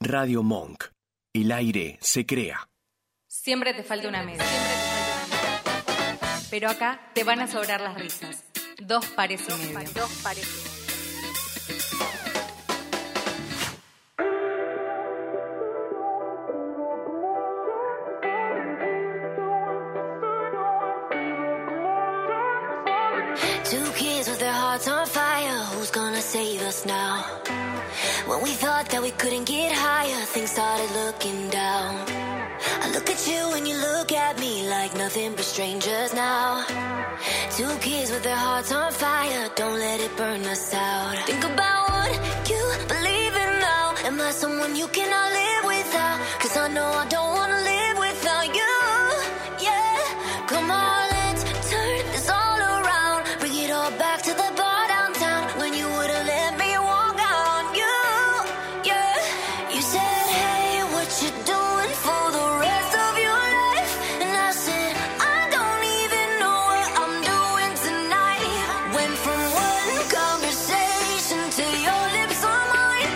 Radio Monk. El aire se crea. Siempre te falta una mesa. Pero acá te van a sobrar las risas. Dos pares y medio. Two kids with their hearts on fire. Who's gonna save us now? When we thought that we couldn't get higher, things started looking down. I look at you and you look at me like nothing but strangers now. Two kids with their hearts on fire. Don't let it burn us out. Think about what you believe in now. Am I someone you cannot live without? Cause I know I don't wanna live without you. Yeah, come on, let's turn this all around. Bring it all back to the bar downtown. When you would've let me walk on you. Yeah, you said, hey, what you doing for the rest of your life? And I said, I don't even know what I'm doing tonight. Went from one conversation to your lips on mine.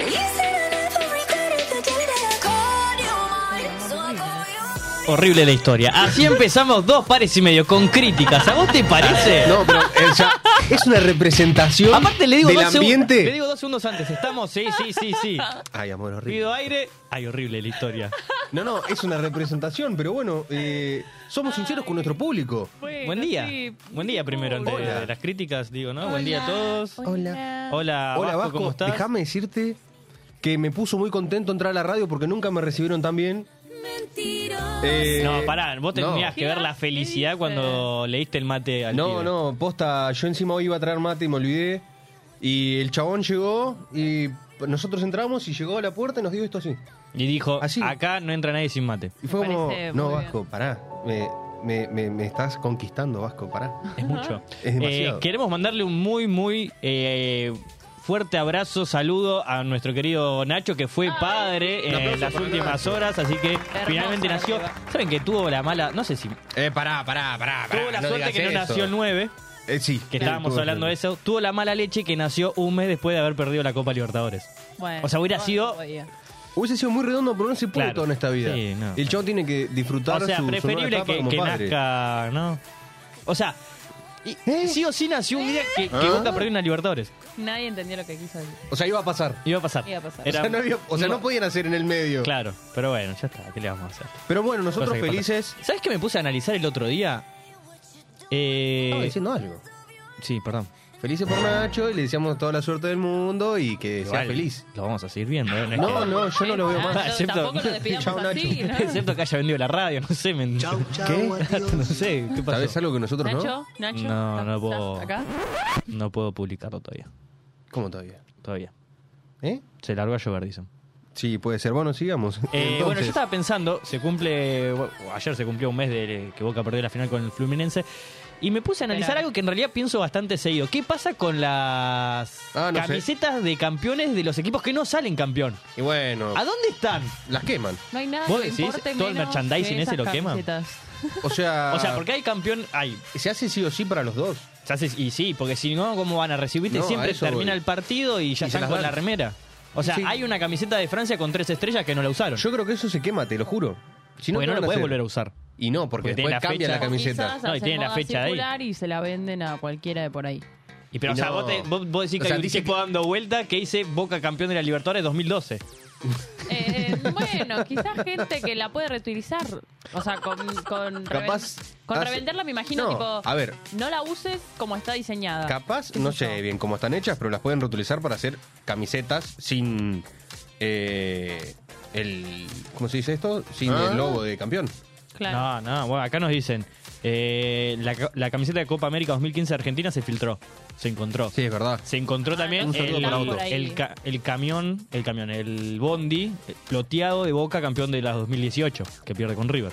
And you said I never regretted the day that I called you mine. So I call you. Horrible la historia. Así empezamos dos pares y medio con críticas. ¿A vos te parece? No, pero eh, o sea, es una representación Aparte le digo del dos segundos. ambiente. Le digo dos segundos antes. Estamos, sí, sí, sí, sí. Ay, amor, horrible. Pido aire. Ay, horrible la historia. No, no, es una representación, pero bueno, eh, somos sinceros con nuestro público. Bueno, Buen día. sí. Buen día primero antes de- Hola. de las críticas, digo, ¿no? Buen día a todos. Hola. Hola, Hola, Vasco, ¿cómo estás? déjame decirte que me puso muy contento entrar a la radio porque nunca me recibieron tan bien. Eh, No, pará, vos no. tenías que ver la felicidad cuando leíste el mate al Eh, No, pibe. no, posta, yo encima hoy iba a traer mate y me olvidé. Y el chabón llegó y nosotros entramos y llegó a la puerta y nos dijo esto así. Y dijo, Así. acá no entra nadie sin mate. Y fue Me como, parece no, muy Vasco, pará, me, me- me- me estás conquistando, Vasco, pará. Es mucho. Es demasiado. Eh, queremos mandarle un muy, muy eh, fuerte abrazo, saludo a nuestro querido Nacho, que fue padre Un en aplauso las para últimas Nacho. horas, así que finalmente nació. ¿Saben que tuvo la mala, no sé si... Eh, pará, pará, pará, pará. tuvo la no suerte digas que no eso. nació el 9, Eh, sí. que estábamos Tuvo hablando de suerte. eso. Tuvo la mala leche que nació un mes después de haber perdido la Copa Libertadores. Bueno, O sea, hubiera sido- podía. Hubiese sido muy redondo, pero no se puede Claro. todo en esta vida. Sí, no. El chabón tiene que disfrutar O sea, su, su nueva preferible etapa que, como que padre. ¿Eh? nazca, ¿no? O sea, y- sí o sí nació un día que, que ¿Ah? Boca perdió una Libertadores. Nadie entendió lo que quiso decir. O sea, iba a pasar. Iba a pasar. Iba a pasar. Era- o sea, no, había- o sea, no podía nacer en el medio. Claro, pero bueno, ya está, ¿qué le vamos a hacer? Pero bueno, nosotros Cosa que felices. eh, pasa. ¿Sabes qué me puse a analizar el otro día? Eh, Estaba diciendo algo. sí, perdón. Felices por Nacho y le deseamos toda la suerte del mundo y que sea Igual, feliz. Lo vamos a seguir viendo, ¿eh? es No, que- no, yo no lo veo Ah, más. yo Excepto- Tampoco lo despidamos Chao, así, ¿no? Excepto que haya vendido la radio, no sé, me... ¿Qué? no sé, ¿qué pasó? ¿Sabes algo que nosotros no? Nacho, Nacho. No, no ¿estás puedo. ¿Acá? No puedo publicarlo todavía. ¿Cómo todavía? Todavía. ¿Eh? Se largó a llover, dicen. Sí, puede ser. Bueno, sigamos. Eh, Entonces, bueno, yo estaba pensando, se cumple, bueno, ayer se cumplió un mes de que Boca perdió la final con el Fluminense y me puse a analizar Esperá. algo que en realidad pienso bastante seguido. ¿Qué pasa con las Ah, no sé. camisetas de campeones de los equipos que no salen campeón? Y bueno, ¿A dónde están? las queman. No hay nada. ¿Vos que decís? importe ¿Todo el menos merchandising que ese lo esas quema? camisetas. O sea, O sea, porque hay campeón, hay, se hace sí o sí para los dos. se hace- y sí, porque si no, ¿cómo van a recibirte? No, a Siempre eso termina voy. el partido y ya Y se están las con dan. la remera. O sea, Sí. hay una camiseta de Francia con tres estrellas que no la usaron. Yo creo que eso se quema, te lo juro. Si porque ¿qué no van la a puedes hacer? volver a usar. Y no, porque, Porque tiene después la cambia fecha. la camiseta. Quizás No, y hacen tiene la moda fecha ahí. circular Y se la venden a cualquiera de por ahí. Y pero, o Y sea, no. vos, te- vos- vos decís que O sea, hay un dice tipo dando vuelta que dice Boca campeón de la Libertadores 2012. Eh, bueno, quizás gente que la puede reutilizar. O sea, con, con, Capaz reven- con hace- revenderla me imagino, No, tipo, a ver. no la uses como está diseñada. Capaz, ¿Qué no sé yo? sé bien cómo están hechas, pero las pueden reutilizar para hacer camisetas sin. eh, el, ¿Cómo se dice esto? Sin Ah. el logo de campeón. Claro. No, no, bueno, acá nos dicen, eh, la, ca- la camiseta de Copa América 2015 de Argentina se filtró, se encontró. Sí, es verdad. Se encontró también un saludo el, para Otto. el ca- el camión, el camión, el bondi eh, ploteado de Boca campeón de las 2018, que pierde con River.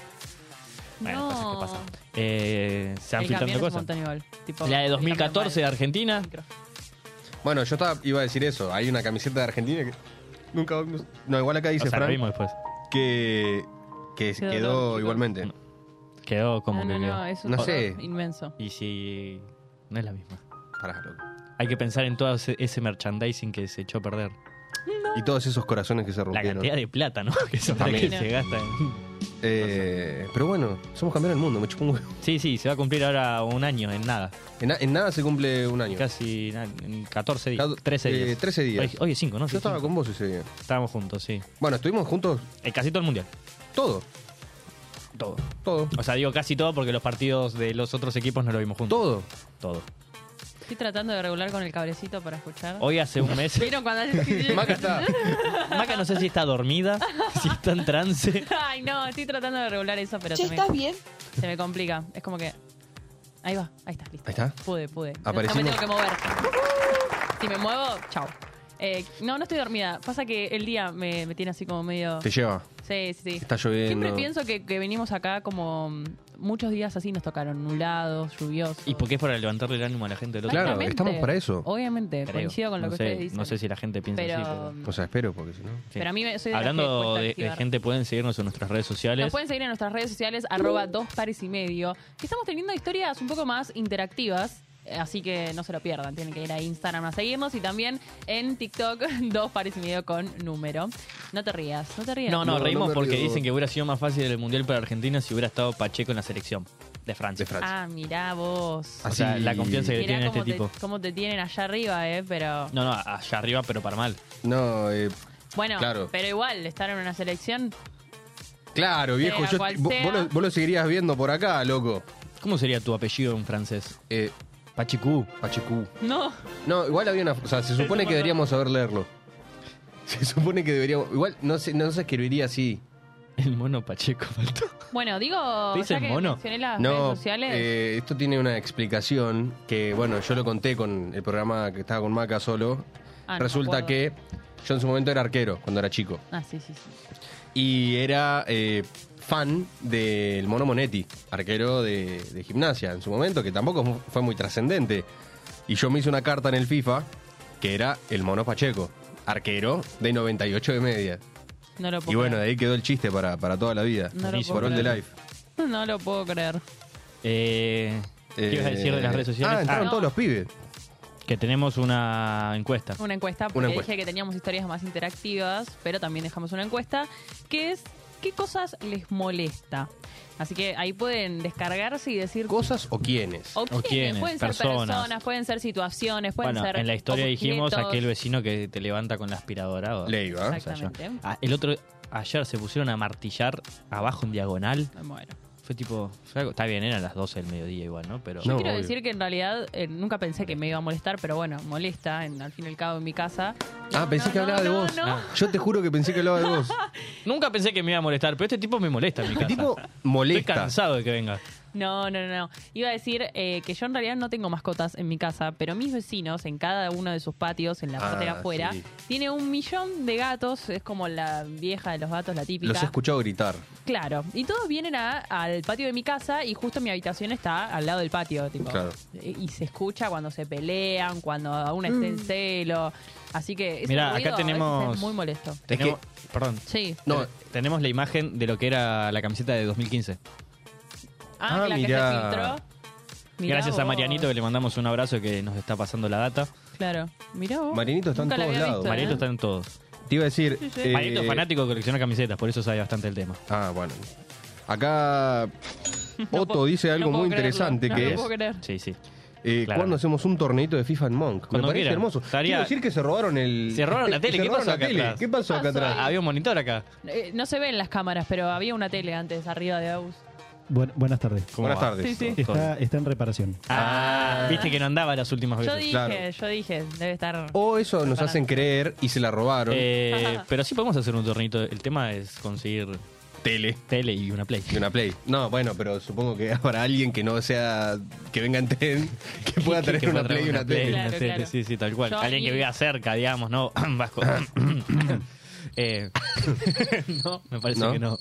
Bueno, cosas que pasan. Eh, se han El camión filtrado es un cosas. montón igual, tipo, La de el 2014 de camión Argentina, Bueno, yo estaba, iba a decir eso. Hay una camiseta de Argentina que. Nunca. vamos- No, igual acá o dice sea, la Fran vimos después. que. Que Quedó quedó, todo, igualmente. Quedó mal. como No, que no, quedó. no, es un No horror sé. inmenso. Y si no es la misma. Pará, loco. Hay que pensar en todo ese, ese merchandising que se echó a perder. Y todos esos corazones que se La rompieron. cantidad de plata, ¿no? Que, son las que También. Mm. se gasta en- Eh, pero bueno, somos campeones del mundo, me chupo un huevo. Sí, sí, se va a cumplir ahora un año en nada. En, na- en nada se cumple un año. Casi na- en 14 días. Cada- 13 eh, días. 13 días. Hoy- Hoy es 5, ¿no? Sí, Yo estaba cinco. con vos ese día. Estábamos juntos, sí. Bueno, estuvimos juntos Eh, casi todo el mundial. todo, Todo. todo, O sea, digo casi todo porque los partidos de los otros equipos no lo vimos juntos. todo. Todo. Estoy tratando de regular con el cablecito para escuchar. Hoy hace un mes. ¿Vieron cuando haces- Maca está. Maca no sé si está dormida, si está en trance. Ay, no, estoy tratando de regular eso, pero Che, se, me, ¿estás bien? se me complica. Es como que. Ahí va, ahí está, listo. Ahí está. Pude, pude. No- Aparecimos. No me tengo que mover. Si me muevo, chao. Eh, no, no estoy dormida. Pasa que el día me, me tiene así como medio. Te lleva. Sí, sí, sí. Está lloviendo. Siempre pienso que, que venimos acá como mm, muchos días así nos tocaron, nublados, lluviosos. ¿Y por qué es para levantarle el ánimo a la gente del otro Claro, lado? Obviamente. estamos para eso. Obviamente, Creo. coincido con lo no que sé, ustedes dicen. No sé si la gente piensa pero, así. Pero, pues, O sea, espero porque si no. sí. pero a mí me- soy de las que Hablando cuesta de, de activar. gente, pueden seguirnos en nuestras redes Nos sociales. pueden seguir en nuestras redes sociales, arroba dos pares y medio, que estamos teniendo historias un poco más interactivas. eh, Así que no se lo pierdan, tienen que ir a Instagram a seguirnos y también en TikTok, dos pares y medio con número. No te rías, no te rías. No, no, No, no reímos me porque río. dicen que hubiera sido más fácil el Mundial para Argentina si hubiera estado Pacheco en la selección de Francia. De Francia. Ah, mirá vos. O sea, Así- la confianza que Mirá tiene este cómo, te, tipo. cómo te tienen allá arriba, ¿eh? Pero No, no, allá arriba, pero para mal. No, eh, bueno, Claro. pero igual, estar en una selección. claro, viejo. Sea yo- cual vos, sea. vos lo, vos lo seguirías viendo por acá, loco. ¿Cómo sería tu apellido en francés? Eh, Pachecú. Pachecú. No, No, igual había una. O sea, se supone que deberíamos saber leerlo. Se supone que deberíamos. Igual no se, no se escribiría así. El mono Pacheco faltó. bueno, digo, ¿Te dicen ya que mono? mencioné las No, redes sociales. eh, esto tiene una explicación que, bueno, yo lo conté con el programa que estaba con Maca solo. Ah, no me Resulta acuerdo. que yo en su momento era arquero cuando era chico. Ah, sí, sí, sí. Y era eh, fan del Mono Monetti, arquero de, de gimnasia en su momento, que tampoco fu- fue muy trascendente. Y yo me hice una carta en el FIFA que era el Mono Pacheco, arquero de 98 de media. No lo puedo Y bueno, de creer. ahí quedó el chiste para, para toda la vida. No lo Por puedo all the creer. life. No lo puedo creer. Eh, ¿Qué ibas a decir de las redes Ah, sociales? entraron Ah, todos los pibes. que tenemos una encuesta. una encuesta porque Una encuesta. dije que teníamos historias más interactivas, pero también dejamos una encuesta que es qué cosas les molesta. Así que ahí pueden descargarse y decir ¿Cosas o quiénes? o quiénes, quiénes, pueden ser personas. personas, pueden ser situaciones, pueden Bueno, ser en la historia dijimos objetos. aquel vecino que te levanta con la aspiradora. o- Leiva. o sea, yo- Exactamente. Ah, el otro, ayer se pusieron a martillar abajo en diagonal. Me muero. Fue tipo, fue algo- está bien, eran las 12 del mediodía igual, ¿no? Pero Yo No, quiero obvio. decir que en realidad eh, nunca pensé que me iba a molestar, pero bueno, molesta, en- al fin y al cabo en mi casa. Ah, No, pensé no, que no, hablaba de no, vos. Ah. no. Yo te juro que pensé que hablaba de vos. nunca pensé que me iba a molestar, pero este tipo me molesta en mi El casa. tipo Estoy molesta. cansado de que venga. No, no, no, no. Iba a decir eh, que yo en realidad no tengo mascotas en mi casa, pero mis vecinos, en cada uno de sus patios, en la parte de Ah, afuera, sí. tiene un millón de gatos. Es como la vieja de los gatos, la típica. Los he escuchado gritar. Claro. Y todos vienen a- al patio de mi casa y justo mi habitación está al lado del patio. Tipo, Claro. Y y se escucha cuando se pelean, cuando aún está en celo. Así que ese Mirá, acá ruido a veces tenemos- es muy molesto. Es Tenemos, perdón. Sí. No, Ten- tenemos la imagen de lo que era la camiseta de 2015. Ah, Ah, la que se mirá. filtró. Mirá Gracias a vos. ¿Eh? Marianito que le mandamos un abrazo que nos está pasando la data. Claro. Mirá vos. Marianito está en Nunca la todos había lados. visto, ¿eh? Marianito está en todos. te iba a decir. eh, Marianito es fanático que colecciona camisetas, por eso sabe bastante el tema. Ah, bueno. Acá Otto puedo- dice algo no puedo muy creerlo, interesante no que lo es puedo creer. Sí, sí. eh, Claro. cuando hacemos un torneito de FIFA en Monk. Me Cuando parece quieran. hermoso. Estaría- Quiero decir que se robaron el Se robaron la tele, se ¿qué robaron pasó la acá tele. atrás? ¿Qué pasó acá Pasó atrás? Había un monitor acá. Eh, no se ven las cámaras, pero había una tele antes arriba de Agus. Buen- buenas tardes. ¿Cómo Buenas va? tardes. Sí, sí. Está, está en reparación. Ah, viste que no andaba las últimas Yo veces. dije, claro. Oh. yo dije, debe estar. O eso nos hacen creer y se la robaron. Eh, pero sí podemos hacer un tornito. El tema es conseguir tele. tele y una play. Y una Play. No, bueno, pero supongo que para alguien que no sea. que venga en tren, que pueda tener Que una pueda Play y una y tele. Claro, claro. Sí, sí, tal cual. Yo Alguien que y- viva cerca, digamos, ¿no? Vasco. Eh, no, me parece ¿No? Mm, que no.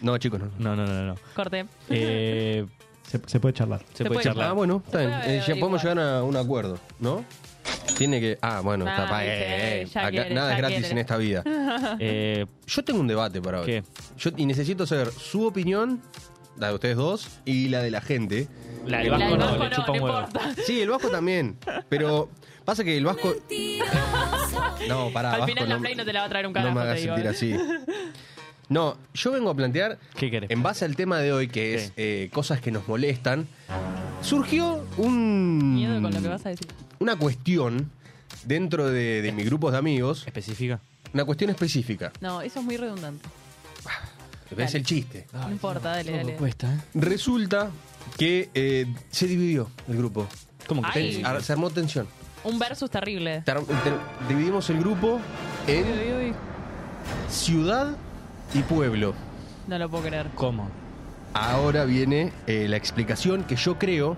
No, chicos, no. No, no, no, no, no. Corte. Eh, Se, se puede charlar. se Se puede puede charlar. Ah, bueno, está Se bien. puede Eh, ya podemos averiguar. llegar a un acuerdo, ¿no? Tiene que. Ah, bueno, Ah, está. pa- dice, eh, eh, ya acá quiere, nada ya es gratis quiere. en esta vida. Eh, Yo tengo un debate para hoy. ¿Qué? Yo, y necesito saber su opinión la de ustedes dos y la de la gente. La del La Vasco del no, Vasco le chupa un no huevo. importa. Sí, el Vasco también. Pero pasa que el Vasco. No, pará. Al Vasco, final la Play no te la va a traer un carajo, No me te hagas digo, sentir ¿eh? así. No, yo vengo a plantear. ¿Qué querés? En base al tema de hoy, que es Sí. eh, cosas que nos molestan, surgió un. Miedo con lo que vas a decir. Una cuestión dentro de, de mis grupos de amigos, Específica. una cuestión específica. No, eso es muy redundante. ¿Ves Dale. el chiste? No importa, dale, dale. cuesta, ¿eh? Resulta que eh, se dividió el grupo. ¿Cómo que Ay. tenés? Ahora, Se armó tensión. Un versus terrible. Tar- te- Dividimos el grupo en Uy, uy, uy. ciudad y pueblo. No lo puedo creer. ¿Cómo? Ahora viene eh, la explicación que yo creo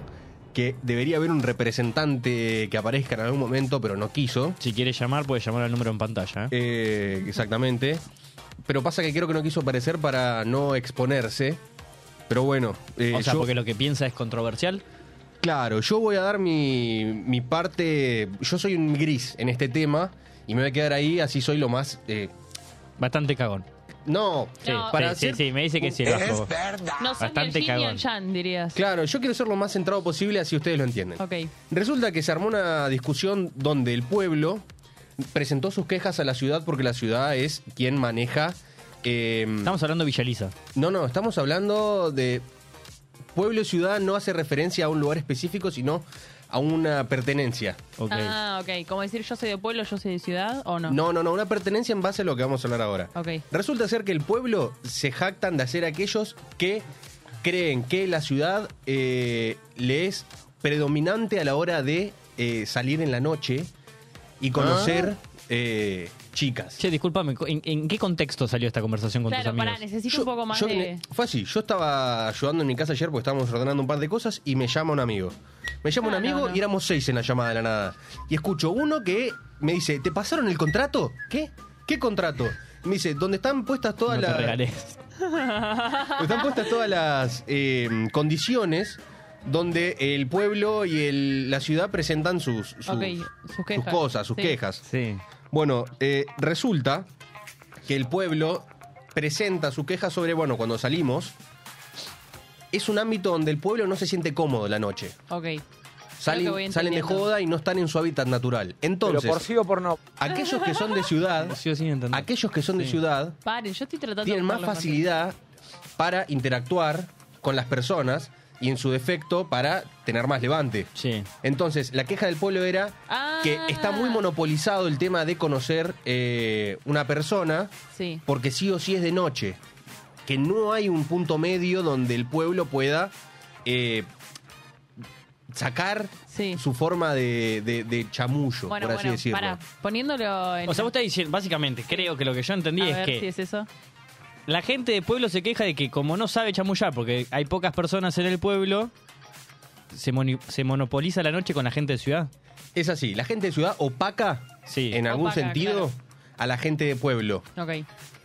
que debería haber un representante que aparezca en algún momento, pero no quiso. Si quieres llamar, puedes llamar al número en pantalla. ¿eh? Eh, exactamente. Pero pasa que creo que no quiso aparecer para no exponerse. Pero bueno, eh, o sea, yo- porque lo que piensa es controversial. claro, yo voy a dar mi, mi parte. Yo soy un gris en este tema y me voy a quedar ahí, así soy lo más. eh, Bastante cagón. no, Sí, No, para sí, ser- sí, sí, me dice que sí. el Vasco. No son Bastante ni el yin ni cagón. el yang, dirías. Claro, yo quiero ser lo más centrado posible, así ustedes lo entienden. Ok. Resulta que se armó una discusión donde el pueblo presentó sus quejas a la ciudad porque la ciudad es quien maneja. eh, Estamos hablando de Villaliza. no, no, estamos hablando de. Pueblo y ciudad no hace referencia a un lugar específico, sino a una pertenencia. Ok. Ah, ok. Como decir yo soy de pueblo, yo soy de ciudad, ¿o no? No, no, no, una pertenencia en base a lo que vamos a hablar ahora. Ok. Resulta ser que el pueblo se jactan de hacer aquellos que creen que la ciudad eh, le es predominante a la hora de eh, salir en la noche y conocer Ah. eh, chicas. Che, discúlpame, ¿en, en qué contexto salió esta conversación con tus Claro, amigos? pará, necesito Yo- un poco más yo- de. Fue así, yo estaba ayudando en mi casa ayer porque estábamos ordenando un par de cosas y me llama un amigo. Me llama Ah, un amigo no, no. y éramos seis en la llamada de la nada. Y escucho uno que me dice, ¿te pasaron el contrato? ¿Qué? ¿Qué contrato? Y me dice, ¿dónde están puestas todas no te las... regales. Pues Están puestas todas las eh, condiciones donde el pueblo y el- la ciudad presentan sus, sus, Ok, sus quejas. cosas, sus Sí. quejas. Sí. Bueno, eh, resulta que el pueblo presenta su queja sobre, bueno, cuando salimos, es un ámbito donde el pueblo no se siente cómodo la noche. Ok. que voy Salen, salen de entendiendo. joda y no están en su hábitat natural. Entonces, o por no. aquellos que son de ciudad, Sí, sí, entendí. aquellos que son de Sí. ciudad, Paren, yo estoy tratando tienen de más buscar los facilidad para interactuar con las personas y en su defecto para tener más levante. Sí. Entonces, la queja del pueblo era Ah. que está muy monopolizado el tema de conocer eh, una persona contenidos. Sí. porque sí o sí es de noche. Que no hay un punto medio donde el pueblo pueda eh, sacar Sí. su forma de, de- de chamullo, Bueno, por así bueno, decirlo. pará. Poniéndolo en. O sea, vos estás diciendo, básicamente, creo que lo que yo entendí a es ver que si es eso. la gente de pueblo se queja de que como no sabe chamullar, porque hay pocas personas en el pueblo, se, moni- se monopoliza la noche con la gente de ciudad. Es así, la gente de ciudad opaca, Sí. en algún Opaca, sentido, claro. a la gente de pueblo. Eh, Ok.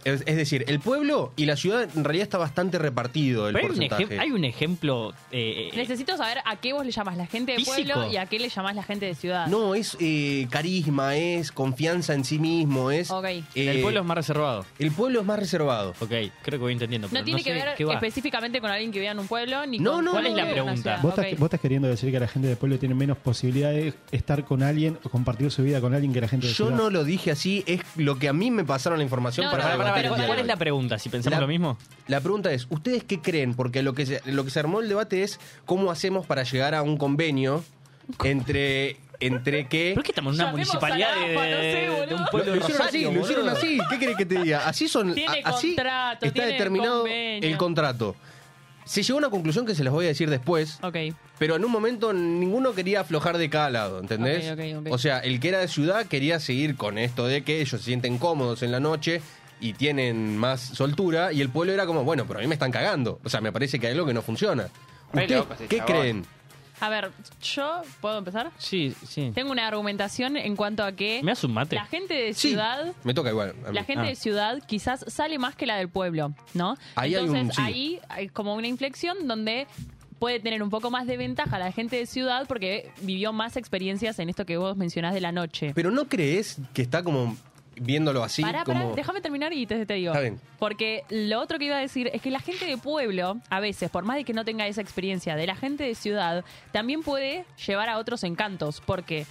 Es, es decir, el pueblo y la ciudad en realidad está bastante repartido el Pero hay, un porcentaje. ejem- hay un ejemplo... eh, eh, Necesito saber a qué vos le llamás la gente de Físico. pueblo y a qué le llamás la gente de ciudad. No, es eh, carisma, es confianza en sí mismo, es... Ok. eh, el pueblo es más reservado. el pueblo es más reservado. Ok, creo que voy entendiendo. No pero tiene que sé ver qué va. específicamente con alguien que viva en un pueblo ni No, con no, con ¿Cuál es la alguien que viva en pregunta? una ciudad. ¿Vos, estás, Ok. vos estás queriendo decir que la gente del pueblo tiene menos posibilidades de estar con alguien o compartir su vida con alguien que la gente de Yo ciudad? no lo dije así, es lo que a mí me pasaron la información No, para... Pará, pará, pará, debatir el no, pero día ¿Cuál de es hoy. la pregunta? Si pensamos La- lo mismo. La pregunta es, ¿ustedes qué creen? Porque lo que, se, lo que se armó el debate es cómo hacemos para llegar a un convenio entre, entre que... ¿Por qué estamos en una Llamemos municipalidad a la de, AFA, no sé, de un boludo. Pues Lo, pueblo lo de hicieron así, Rosario, lo hicieron boludo? así. ¿Qué querés que te diga? Así son. Tiene a- así contrato, está tiene determinado convenio. el contrato. Se llegó a una conclusión que se las voy a decir después, Ok. pero en un momento ninguno quería aflojar de cada lado, ¿entendés? Ok, ok, ok. O sea, el que era de ciudad quería seguir con esto de que ellos se sienten cómodos en la noche y tienen más soltura, y el pueblo era como, bueno, pero a mí me están cagando. O sea, me parece que hay algo que no funciona. Re ¿Ustedes loco ese ¿Qué chabón. creen? A ver, yo puedo empezar. Sí, sí. Tengo una argumentación en cuanto a que ¿Me das un mate? la gente de Sí, ciudad me toca igual. a mí. La gente Ah. de ciudad quizás sale más que la del pueblo, ¿no? Ahí hay un- Entonces sí. ahí hay como una inflexión donde puede tener un poco más de ventaja la gente de ciudad porque vivió más experiencias en esto que vos mencionás de la noche. Pero ¿no crees que está como viéndolo así Pará, pará, como... déjame terminar y te, te digo. Está bien. Porque lo otro que iba a decir es que la gente de pueblo, a veces, por más de que no tenga esa experiencia de la gente de ciudad, también puede llevar a otros encantos, porque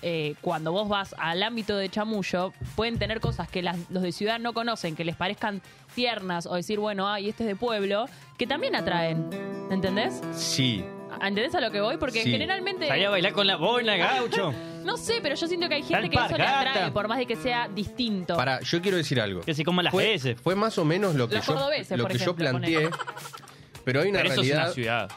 eh, cuando vos vas al ámbito de chamullo, pueden tener cosas que las- los de ciudad no conocen, que les parezcan tiernas, o decir, bueno, ay, este es de pueblo, que también atraen. ¿Entendés? Sí, ¿Entendés a lo que voy? Porque Sí. generalmente... Salí a bailar con la boina, gaucho. No sé, pero yo siento que hay gente Tal que eso le pargata. atrae, por más de que sea distinto. Pará, yo quiero decir algo. Que se coman las fue, veces. fue más o menos lo que, Los yo, cordobeses, lo por que yo ejemplo, planteé. ponele. Pero hay una Pero eso es realidad. una ciudad.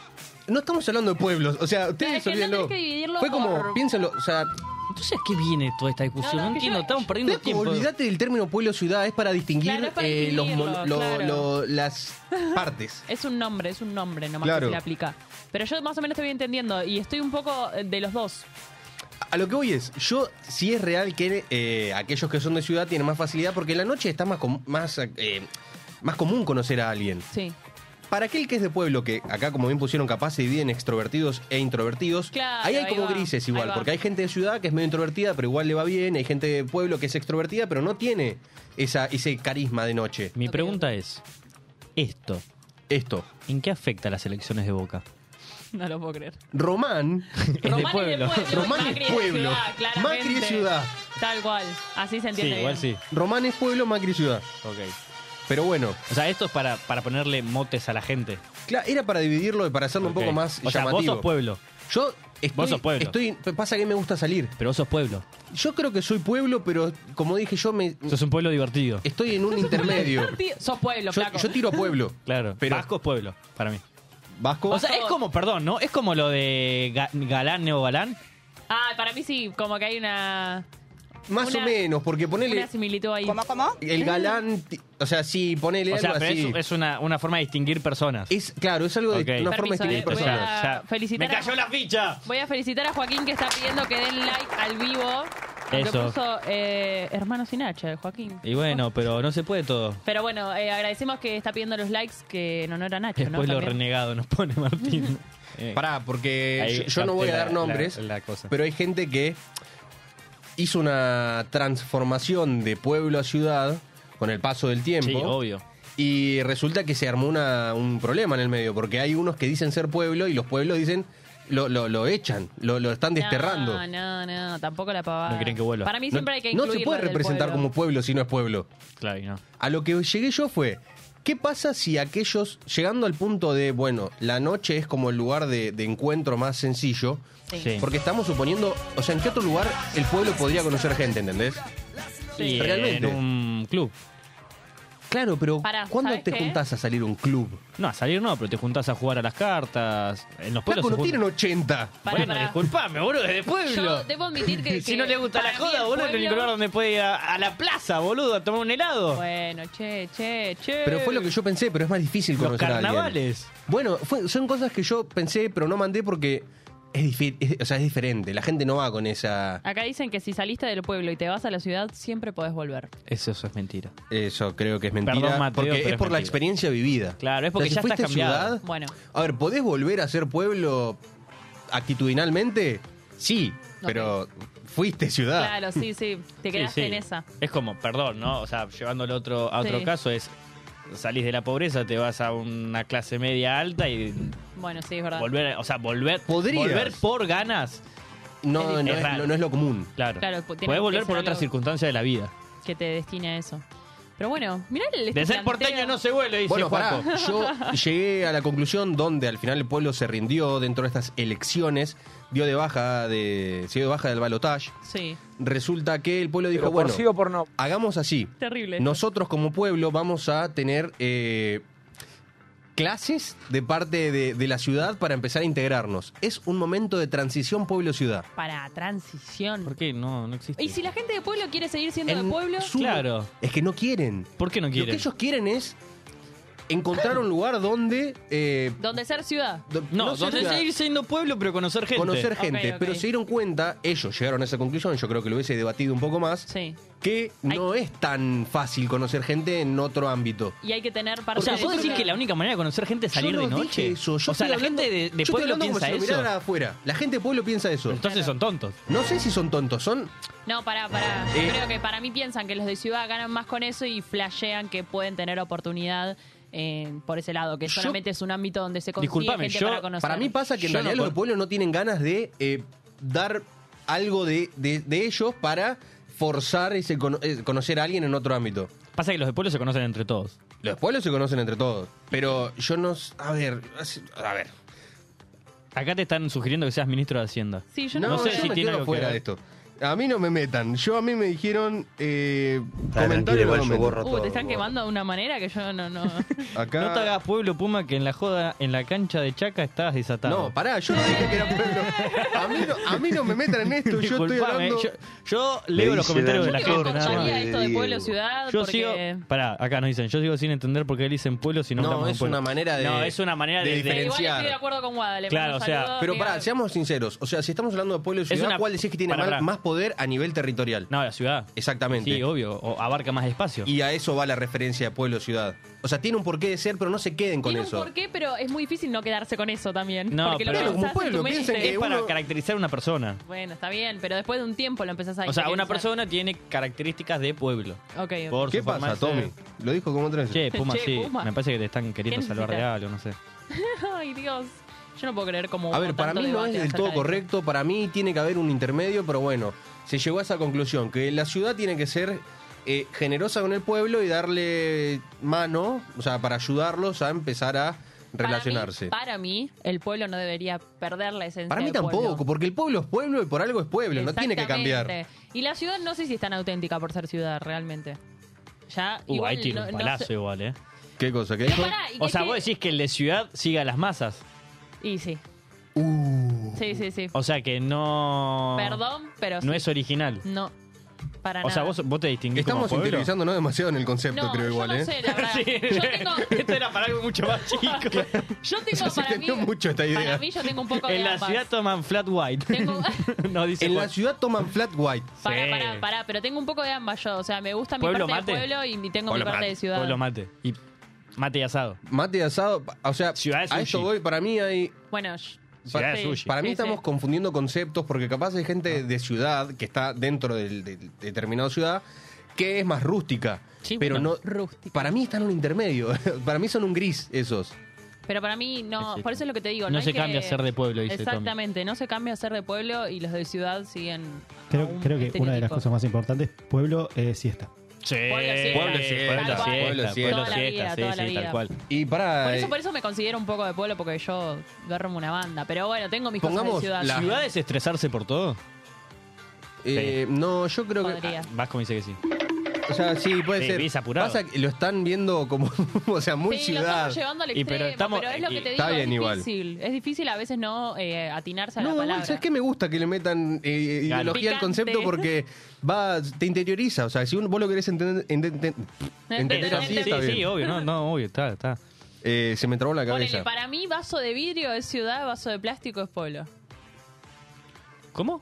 No estamos hablando de pueblos. O sea, Pero es ustedes que no tenés olvídenlo. que dividirlo Fue como, por- piénsenlo. O sea, Entonces, ¿qué viene toda esta discusión? No, No, no, que entiendo, yo- estamos perdiendo ustedes como tiempo. olvídate del término pueblo-ciudad. Es para distinguir Claro, es para eh, los mon- distinguirlo, lo- claro. lo- las partes. Es un nombre, es un nombre, nomás Claro. que se le aplica. Pero yo más o menos estoy entendiendo y estoy un poco eh, de los dos. A lo que voy es, yo sí es real que eh, aquellos que son de ciudad tienen más facilidad porque en la noche está más, com- más, eh, más común conocer a alguien. Sí. Para aquel que es de pueblo, que acá como bien pusieron capaz se dividen extrovertidos e introvertidos, Claro, ahí hay ahí como va, grises ahí igual, va. porque hay gente de ciudad que es medio introvertida, pero igual le va bien, hay gente de pueblo que es extrovertida, pero no tiene esa, ese carisma de noche. Mi pregunta es, ¿esto Esto. en qué afecta a las elecciones de Boca? No lo puedo creer. Román, de Román pueblo. es de pueblo. y Román es Macri pueblo. ciudad, claramente. Macri es ciudad. Tal cual. Así se entiende. bien. Román es pueblo, Macri ciudad. Ok. Pero bueno, O sea, esto es para, para ponerle motes a la gente. cla- era para dividirlo y para hacerlo Ok. un poco más O sea, llamativo. vos sos pueblo, Yo estoy, Vos sos pueblo. estoy- pasa que me gusta salir. pero vos sos pueblo. Yo creo que soy pueblo, pero como dije yo me Sos un pueblo divertido. estoy en un intermedio. Tío, Sos Yo, pueblo, flaco. yo tiro a pueblo. Claro, Pero- Vasco es pueblo, para mí. Vasco. O sea, es como, perdón, ¿no? Es como lo de ga- galán, neo galán. Ah, para mí sí, como que hay una, Más Una- o menos, porque ponele una similitud ahí. el galán, ti- o sea, sí, ponele O sea, algo pero así. es, es una, una forma de distinguir personas. Es- claro, es algo de Ok. una Permiso, forma de eh, escribir voy a- personas. felicitar ¡Me a- cayó la ficha! Voy a felicitar a Joaquín que está pidiendo que den like al vivo. Lo Eso. puso eh, hermano sin H, Joaquín. Y bueno, pero no se puede todo. Pero bueno, eh, agradecemos que está pidiendo los likes que en honor a Nacho, ¿no? Después lo También. renegado nos pone Martín. Eh, Pará, porque Ahí yo, yo no capté voy a la- dar nombres, la- la cosa. pero hay gente que hizo una transformación de pueblo a ciudad con el paso del tiempo. sí, obvio. Y resulta que se armó una- un problema en el medio, porque hay unos que dicen ser pueblo y los pueblos dicen lo, lo- lo echan, lo, lo están desterrando. No, no, no, tampoco la pavada. No quieren que vuelva. Para mí siempre hay que no incluirlo se puede del representar pueblo. como pueblo si no es pueblo. Claro, y no. A lo que llegué yo fue, ¿qué pasa si aquellos, llegando al punto de, bueno, la noche es como el lugar de, de encuentro más sencillo? Sí. Sí. Porque estamos suponiendo, o sea, ¿en qué otro lugar el pueblo podría conocer gente, ¿entendés? Y Realmente. En un club. Claro, pero Pará, ¿cuándo ¿sabés te qué? juntás a salir a un club? No, a salir no, pero te juntás a jugar a las cartas. En los pueblos. Flaco, se no tienen juntan. 80. Para, bueno, para. disculpame, boludo, es de pueblo. Yo debo admitir que. si que no le gusta para la mí joda, el boludo, el único pueblo- lugar donde puede ir a, a la plaza, boludo, a tomar un helado. Bueno, che, che, che. Pero fue lo que yo pensé, pero es más difícil Los conocer a alguien. carnavales. Bueno, fue- son cosas que yo pensé, pero no mandé porque es, difi- es- o sea, es diferente. La gente no va con esa... Acá dicen que si saliste del pueblo y te vas a la ciudad, siempre podés volver. Eso, eso es mentira. Eso creo que es mentira. Perdón, Mateo, porque pero es es por la mentira. experiencia vivida. Claro, es porque O ya sea, si estás fuiste cambiado. ciudad- Bueno. A ver, ¿podés volver a ser pueblo actitudinalmente? Sí, Ok. pero fuiste ciudad. Claro, sí, sí. Te quedaste Sí, sí. en esa. Es como, perdón, ¿no? O sea, llevándolo a otro, a otro Sí. caso, es salís de la pobreza, te vas a una clase media alta y Bueno, sí, es verdad. volver, o sea, volver, Podrías. volver por ganas. No, no Es es, raro. no- no es lo común. Claro. Claro, pu- tiene Podés que volver ser por otra algo- circunstancia de la vida. Que te destine a eso. Pero bueno, mirá el. De ser porteño no se vuelve, dice Bueno, pará, Juaco. yo llegué a la conclusión donde al final el pueblo se rindió dentro de estas elecciones, dio de baja de, se dio de baja del balotaje. Sí, Resulta que el pueblo dijo, Pero por bueno, sí o por no. hagamos así. terrible. Nosotros como pueblo vamos a tener eh, clases de parte de, de la ciudad para empezar a integrarnos. Es un momento de transición pueblo-ciudad. Para transición. ¿Por qué? No, no existe. Y si la gente de pueblo quiere seguir siendo de En pueblo, su- Claro. Es que no quieren. ¿Por qué no Lo que quieren? ellos quieren es encontrar un lugar donde... eh, Donde ser ciudad. do- No, sé donde si- seguir siendo pueblo, pero conocer gente. conocer gente. ok. Pero se dieron cuenta, ellos llegaron a esa conclusión, yo creo que lo hubiese debatido un poco más, Sí. que no es tan fácil conocer gente en otro ámbito. Y hay que tener parte O sea, de ¿vos eso decís que la única manera de conocer gente es salir Yo no de dije noche? eso, yo o sea, estoy la hablando- gente de, de yo estoy pueblo hablando como piensa si lo eso. mirara afuera. La gente de pueblo piensa eso. Entonces son tontos. No sé si son tontos, son... No, pará, pará. Yo Eh. creo que para mí piensan que los de ciudad ganan más con eso y flashean que pueden tener oportunidad eh, por ese lado, que Yo- solamente es un ámbito donde se consigue Disculpame, gente yo- para conocer. Para mí pasa que en Yo realidad no los de con- pueblo no tienen ganas de eh, dar algo de, de- de ellos para forzar ese cono- eh, conocer a alguien en otro ámbito. Pasa que los de pueblo se conocen entre todos. Los pueblos se conocen entre todos, pero yo no... s- A ver, as- a ver. Acá te están sugiriendo que seas ministro de Hacienda. Sí, yo No no, sé yo si me tiene quedo algo que fuera ver. de esto. A mí no me metan. Yo a mí me dijeron eh, Está tranquilo, comentario no igual me yo metan. borro todo. Uh, te están borro. quemando de una manera que yo no, no. Acá No te hagas pueblo, Puma, que en la joda, en la cancha de Chaca estás desatado. No, pará, yo no dije que era pueblo. A mí no, a mí no me metan en esto, yo estoy Disculpame, hablando. yo, yo leo los dice comentarios de la Dani Yo gente, Torres, nada más. contaría esto de pueblo ciudad Yo porque sigo. Pará, acá nos dicen, yo sigo sin entender por qué dicen pueblo si no, No, hablamos de es pueblo. una manera de- No, es una manera de. de Pero de- diferenciar. diferenciar. igual estoy de acuerdo con Wada. le Claro, mando o sea, saludos, Pero diga- pará, seamos sinceros. O sea, si estamos hablando de pueblo y ciudad, una- ¿cuál decís que tiene pará, mal- pará. más poder a nivel territorial? No, la ciudad. Exactamente. Sí, obvio. o abarca más espacio. Y a eso va la referencia de pueblo ciudad. O sea, tiene un porqué de ser, pero no se queden con Tiene eso. un porqué, pero es muy difícil no quedarse con eso también. No, porque pero- lo Claro, como pensás en tu pueblo, mente. piensen que es para eh, uno- caracterizar una persona. Bueno, está bien, pero después de un tiempo lo empezás a O sea, una interiorizar. persona tiene características de pueblo. Ok, ok. Por ¿Qué su forma pasa, de ser. Tommy? Lo dijo como tres. Che, Puma, Che, sí. Puma. Me parece que te están queriendo ¿Qué salvar de necesitas? algo, no sé. Ay, Dios. Yo no puedo creer cómo. A hubo ver, para tanto mí no es debate del acerca todo de esto. correcto, para mí tiene que haber un intermedio, pero bueno, se llegó a esa conclusión, que la ciudad tiene que ser eh, generosa con el pueblo y darle mano, o sea, para ayudarlos a empezar a Para mí- relacionarse. Para mí, el pueblo no debería perder la esencia. Para mí, del tampoco, pueblo. porque el pueblo es pueblo y por algo es pueblo, no tiene que cambiar. Exactamente. Y la ciudad no sé si es tan auténtica por ser ciudad realmente. Ya. Uh, igual ahí tiene no- un no palazo sé- igual, ¿eh? ¿Qué cosa? ¿Qué Pero dijo? pará, y O que- sea, que- vos decís que el de ciudad siga a las masas. Y sí. Uh. Sí, sí, sí. O sea, que no. Perdón, pero. Oh. No sí. es original. No. Para O sea, nada. vos, vos te distinguís Estamos como pueblo. interiorizándonos demasiado en el concepto, No, creo yo igual, no ¿eh? sé, la verdad. Sí. Yo tengo. Esto era para algo mucho más chico. Yo Se tengo para mí. extendió mucho esta idea. Para mí, yo tengo un poco de. en la ambas. ciudad toman flat white. Tengo- no dice En la cuál. ciudad toman flat white. Pará, Sí. pará, pará, pero tengo un poco de ambas yo. O sea, me gusta mi Pueblo parte de mate. pueblo y tengo Pueblo mi parte mate. de ciudad. Pueblo mate. Y mate y asado. Mate asado, o sea, Ciudad de a esto sushi. voy, para mí hay Bueno, sh- Ciudad de sí, sushi. Para mí sí, estamos sí. confundiendo conceptos porque capaz hay gente de ciudad que está dentro del- de, de determinada ciudad que es más rústica. Sí, pero bueno. no Rústica. Para mí están en un intermedio. para mí son un gris esos. Pero para mí no, Exacto. por eso es lo que te digo. No es se que- cambia a ser de pueblo, dice Tommy. Exactamente, no se cambia a ser de pueblo y los de ciudad siguen. a Creo, un creo que una de las estereotipo. cosas más importantes, pueblo, eh, siesta. Sí. Pueblo siesta. Pueblo siesta. Tal cual. Pueblo Pueblo siesta. siesta. Toda la vida, sí, toda la sí, vida. tal cual. Y para Por eso, por eso me considero un poco de pueblo, porque yo duermo una banda. Pero bueno, tengo mis Pongamos cosas de ciudad. la- ¿Ciudad es estresarse por todo? eh, no, yo creo Podría. Vasco me dice que sí. que o sea, sí puede Sí, ser. vivís apurado. Pasa que lo están viendo como o sea, muy sí, lo ciudad. estamos llevando al Y extremo, pero pero, estamos- es lo que te digo, Está bien es igual. difícil. Es difícil a veces no eh, atinarse a No, la igual, palabra. ¿sabes qué me gusta que le metan eh, Claro. ideología al concepto? Picante. Porque va, te interioriza. O sea, si uno, vos lo querés entender, enten- entender Pero así, sí, está sí, bien. sí, obvio. No, no, obvio, está, está. Eh, se me trabó la Ponele, cabeza. para mí vaso de vidrio es ciudad, vaso de plástico es pueblo. ¿Cómo?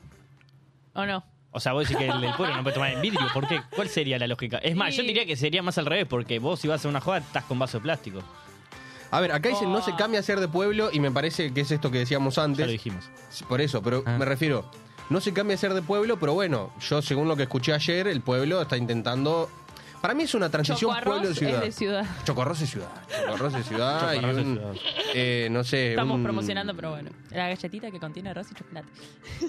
¿O no? O sea, vos decís que el del pueblo no puede tomar en vidrio. ¿Por qué? ¿Cuál sería la lógica? Es más, Y- yo diría que sería más al revés, porque vos si vas a una joda estás con vaso de plástico. A ver, acá dicen no Ah. se cambia a ser de pueblo y me parece que es esto que decíamos Ya lo antes. dijimos. Por eso, pero Ah. me refiero, no se cambia a ser de pueblo, pero bueno, yo según lo que escuché ayer, el pueblo está intentando... Para mí es una transición Chocoarroz es pueblo-ciudad. de ciudad. Chocorros es ciudad. Chocorros es ciudad y Chocorros es un... ciudad. eh, no sé... Estamos un- promocionando, pero bueno. La galletita que contiene arroz y chocolate.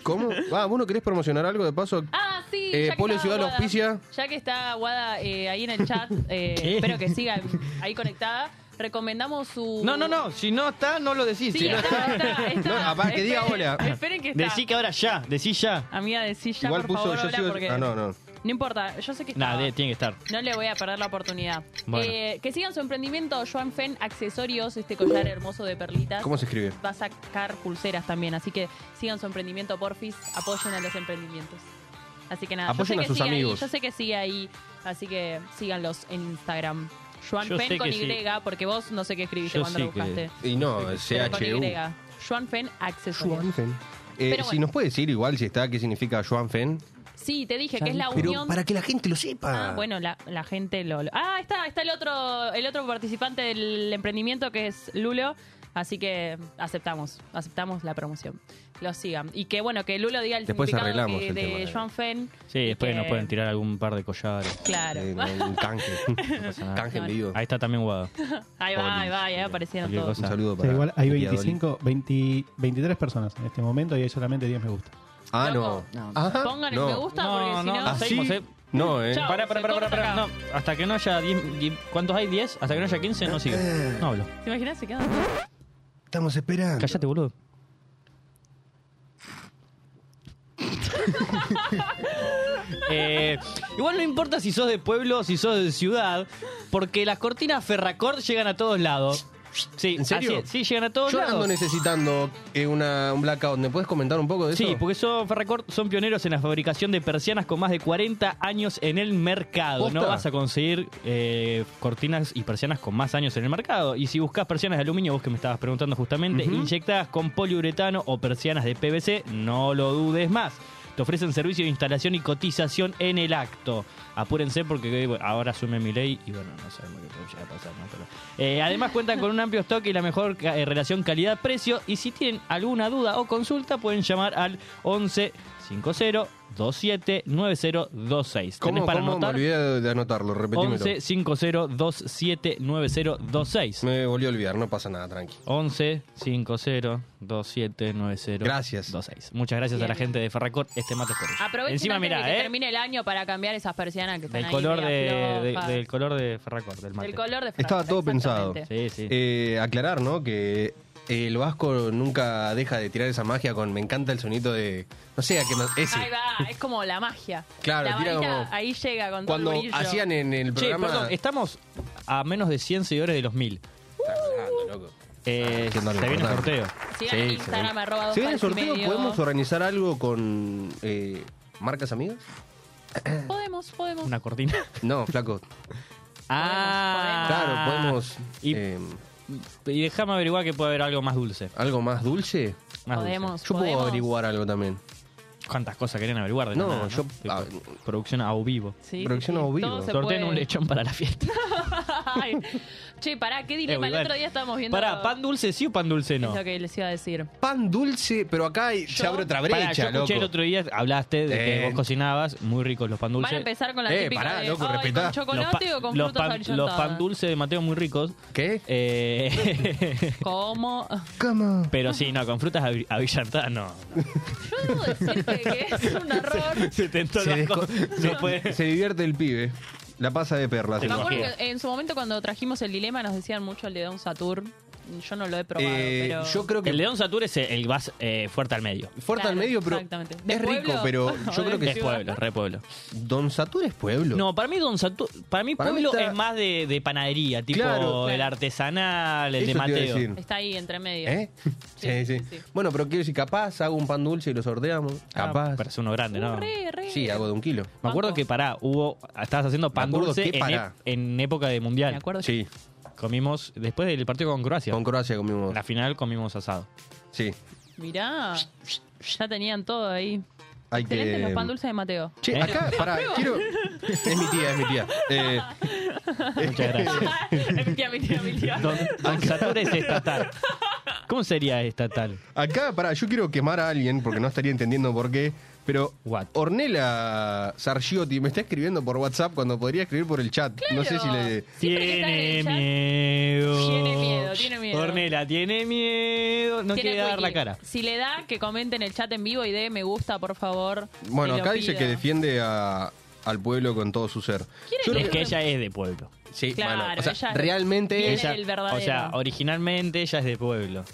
¿Cómo? Ah, ¿vos no querés promocionar algo de paso? Ah, sí. Eh, ya que Pueblo estaba Ciudad lo Guada, auspicia. Ya que está Wada eh, ahí en el chat, eh, ¿Qué? espero que siga ahí conectada. Recomendamos su. No, no, no. Si no está, no lo decís. Sí, Si no está, está- está, está, No, aparte que diga Esperen, hola. Esperen que está. Decí que ahora ya, decí ya. Amiga, decí ya, Igual por puso favor, yo hola, sigo- porque. Ah, no, no. No importa, yo sé que Nada, estaba. de- tiene que estar. No le voy a perder la oportunidad. Bueno. Eh, que sigan su emprendimiento, Joan Fen Accesorios, este collar hermoso de perlitas. ¿Cómo se escribe? Va a sacar pulseras también, así que sigan su emprendimiento, porfis, apoyen a los emprendimientos. Así que nada, yo Apoyen sé a que sus sigue ahí, amigos. yo sé que sigue ahí, así que síganlos en Instagram. Joan Yo Fen sé con Y, que sí. porque vos no sé qué escribiste Yo cuando sí lo buscaste. Y no, es Pero con CHU. Y. Joan Fen accesorios. Schwanfen. Eh, Pero Si bueno. nos puede decir igual si está, qué significa Schwanfen. Sí, te dije que es la Pero unión. para que la gente lo sepa. Ah, bueno, la, la gente lo, lo- Ah, está, está el otro, el otro participante del emprendimiento que es Lulo. Así que aceptamos, aceptamos la promoción. Lo sigan. Y que bueno, que Lulo diga el Después significado arreglamos que- el tema de de- Joan Fen. Sí, después que- nos pueden tirar algún par de collares. Claro. Eh, no, un canje. pasa nada. canje envidido. Ahí está también Guado. ahí va, ahí va, ahí aparecieron Cualquier todos. cosa. Un saludo O para. sea, igual hay Lidia Dolly. 25, 20 23 personas en este momento y hay solamente 10 me gusta. Ah, no. No. Ajá, Pongan el no. me gusta No, porque si no. no, Así. Seguimos, eh. No, eh. Chao. Pará, pará, se pará, pará, corta pará. acá. No, hasta que no haya 10, 10 ¿Cuántos hay? ¿10? Hasta que no haya 15 no sigue. No hablo. ¿Te imaginas? Se quedan. Estamos esperando. Cállate, boludo. Eh, igual no importa si sos de pueblo o si sos de ciudad, porque las cortinas Ferracord llegan a todos lados. Sí, ¿En serio? así es. sí, llegan a todos Yo ando lados. necesitando eh, una, un blackout. ¿Me puedes comentar un poco de eso? Sí, porque son Ferracord son pioneros en la fabricación de persianas con más de 40 años en el mercado. No ¿Posta? vas a conseguir eh, cortinas y persianas con más años en el mercado. Y si buscas persianas de aluminio, vos que me estabas preguntando justamente, inyectadas con poliuretano o persianas de PVC, no lo dudes más. Te ofrecen servicio de instalación y cotización en el acto. Apúrense porque eh, bueno, ahora asume mi ley y bueno, no sabemos qué puede llegar a pasar. ¿no? Pero, eh, además cuentan con un amplio stock y la mejor ca- eh, relación calidad-precio. Y si tienen alguna duda o consulta pueden llamar al 11 50 27 9026. ¿Cómo, ¿Tenés para cómo? me anotar? olvidé de, de anotarlo? Repetímelo. 11 50 27 9026. Me volví a olvidar, no pasa nada, tranqui. 11 50 27 90 Gracias. 26. Muchas gracias a la gente de Ferracor. Este mate es por ellos. Aprovechen Encima, antes de mirá, que ¿eh? termine el año para cambiar esas persianas que están Del ahí color de, media de- flojas. del color de Ferracor, del mate. Del color de Estaba Ferrari, todo pensado. exactamente. Sí, sí. Eh, aclarar, ¿no? Que eh, el Vasco nunca deja de tirar esa magia con me encanta el sonido de. No sé, a qué más. Ese. Ahí va, es como la magia. Claro, la tira varita como- ahí llega con Cuando todo el brillo. hacían en el Che, programa. perdón, estamos a menos de 100 seguidores de los 1000. Estás hablando, loco. Eh, se Haciendo algo viene el importante. sorteo. Sigan en Instagram, arroba Oh, dos Si viene el pares y sorteo, medio. ¿podemos organizar algo con eh, marcas amigas? Podemos, podemos. Una cortina. No, flaco. Ah, Claro, podemos. Y, eh, y déjame averiguar que puede haber algo más dulce. ¿Algo más dulce? Más dulce. Podemos. Yo puedo podemos. averiguar algo también. ¿Cuántas cosas querían averiguar? de No, la nada, yo- Tipo, ah, producción a vivo. Sí, Producción sí, a sí, vivo. todo se Sorteen puede. un lechón para la fiesta. Ay. Che, pará, qué dilema. Eh, el bueno. otro día estábamos viendo. Pará, ¿pan dulce sí o pan dulce no? Es lo que les iba a decir. Pan dulce, pero acá hay- se Yo- abre otra Pará, brecha, yo escuché el loco. otro día, hablaste de que Eh. vos cocinabas, muy ricos los pan dulces. Van a empezar con la Eh, típica pará, de, loco, "Ay, respetá. ¿Con chocolate pa- o con los frutas pan, los pan dulces de Mateo muy ricos. ¿Qué? Eh, ¿Cómo? ¿Cómo? pero sí, no, con frutas avi- avillantadas no. Yo debo decir que, que es un error. Se tentó Se, el banco. desco- No puede- se- se divierte el pibe. La pasa de perlas. Se Me el imagino. Vasco. acuerdo que en su momento cuando trajimos el dilema nos decían mucho el de Don Satur. Yo no lo he probado, Eh, pero... Yo creo que El León Satur es el- el vas eh, fuerte al medio. fuerte al Claro, medio, pero exactamente. ¿De es rico, pueblo? pero O yo de creo que Es pueblo, re pueblo. Don Satur es pueblo. No, para mí Don Satur, para mí Para mí pueblo está- es más de, de panadería, tipo Claro. el artesanal, el de Eso te iba a Mateo. decir. Está ahí entre medio. ¿Eh? Sí, sí, sí. Bueno, pero quiero decir, capaz hago un pan dulce y lo sorteamos. Ah, Capaz. Parece uno grande, ¿no? Uh, Re, re. Sí, hago de un kilo. Me acuerdo que pará, hubo, estabas haciendo pan acuerdo dulce que en, pará. ep- en época de mundial. Me acuerdo. Sí, Comimos, después del partido con Croacia, con Croacia comimos. en la final comimos asado. Sí, Mirá, ya tenían todo ahí. hay Excelentes que. los pan dulces de Mateo. Che, ¿Eh? acá, pará, quiero. Es mi tía, es mi tía. Eh, Muchas gracias. mi tía, mi tía, mi tía. Don, Don Satur es estatal. ¿Cómo sería estatal? acá, pará, yo quiero quemar a alguien porque no estaría entendiendo por qué. Pero What? Ornella Sargiotti me está escribiendo por WhatsApp cuando podría escribir por el chat. No sé si le. Siempre que está en el Tiene chat, miedo. Tiene miedo, tiene miedo. Ornella tiene miedo. No Tiene quiere dar la wiki. cara. Si le da, que comenten el chat en vivo y dé me gusta, por favor. Bueno, Te lo acá dice pido. que defiende a- al pueblo con todo su ser. ¿Quiere Yo creo Es que ella es de pueblo. Sí, Claro, bueno, o sea, ella- realmente Viene ella. del verdadero. O sea, originalmente ella es de pueblo.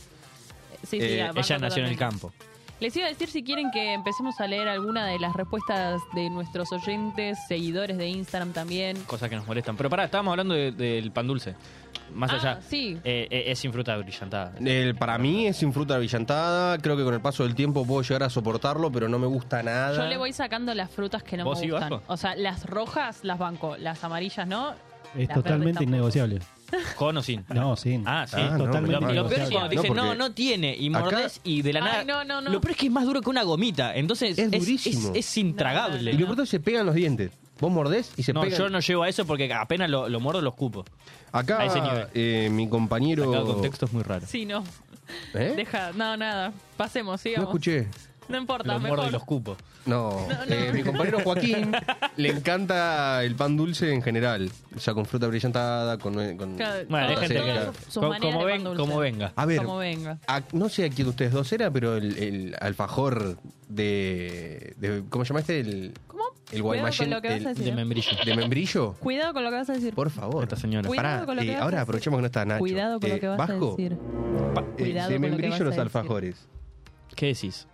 Sí, sí, eh, banco ella nació en el totalmente. campo. Les iba a decir si quieren que empecemos a leer alguna de las respuestas de nuestros oyentes, seguidores de Instagram también. Cosas que nos molestan. Pero pará, estábamos hablando de- del pan dulce. Más Ah, allá. sí. Eh, eh, es sin fruta brillantada. El- para mí es sin fruta avillantada. Creo que con el paso del tiempo puedo llegar a soportarlo, pero no me gusta nada. Yo le voy sacando las frutas que no ¿Vos me sí, gustan. Vasco? O sea, las rojas las banco, las amarillas no. Es La totalmente perra innegociable. Con o sin. No, sin. Ah, sí. Ah, no, totalmente Lo- claro. lo peor es innegociable. cuando te dicen, No, no, porque no tiene, y mordés acá- y de la Ay, nada. no, no, no. Lo peor es que es más duro que una gomita, entonces Es durísimo. es, es intragable. Y lo pronto se pegan los dientes. Vos mordés y se No, pegan. yo no llego a eso porque apenas lo, lo mordo los cupos. Acá a ese nivel. eh, mi compañero. Cada contexto es muy raro. Sí, no. ¿Eh? Deja, no, nada. Pasemos, No sigamos. escuché. No importa, Los mejor. mordo y los cupos. No, Eh, mi compañero Joaquín le encanta el pan dulce en general. O sea, con fruta brillantada, con... con- Claro, Bueno, hay todos- gente todos Claro. que. sus- sus co- maneras de Como, pan ven- dulce. como venga. A ver, Como venga. a- no sé a quién de ustedes dos era, pero el, el alfajor de, de- ¿Cómo llamaste? El, ¿Cómo? El Cuidado con guaymallén. lo que vas a el- decir. De membrillo. ¿De membrillo? Cuidado con lo que vas a decir. Por favor. Esta señora. Cuidado Pará, con lo que eh, vas a ahora decir. aprovechemos que no está Nacho. Cuidado con lo Eh, que vas Vasco, a decir. pa- eh, Cuidado de con lo que membrillo vas a los decir. alfajores. ¿Qué decís?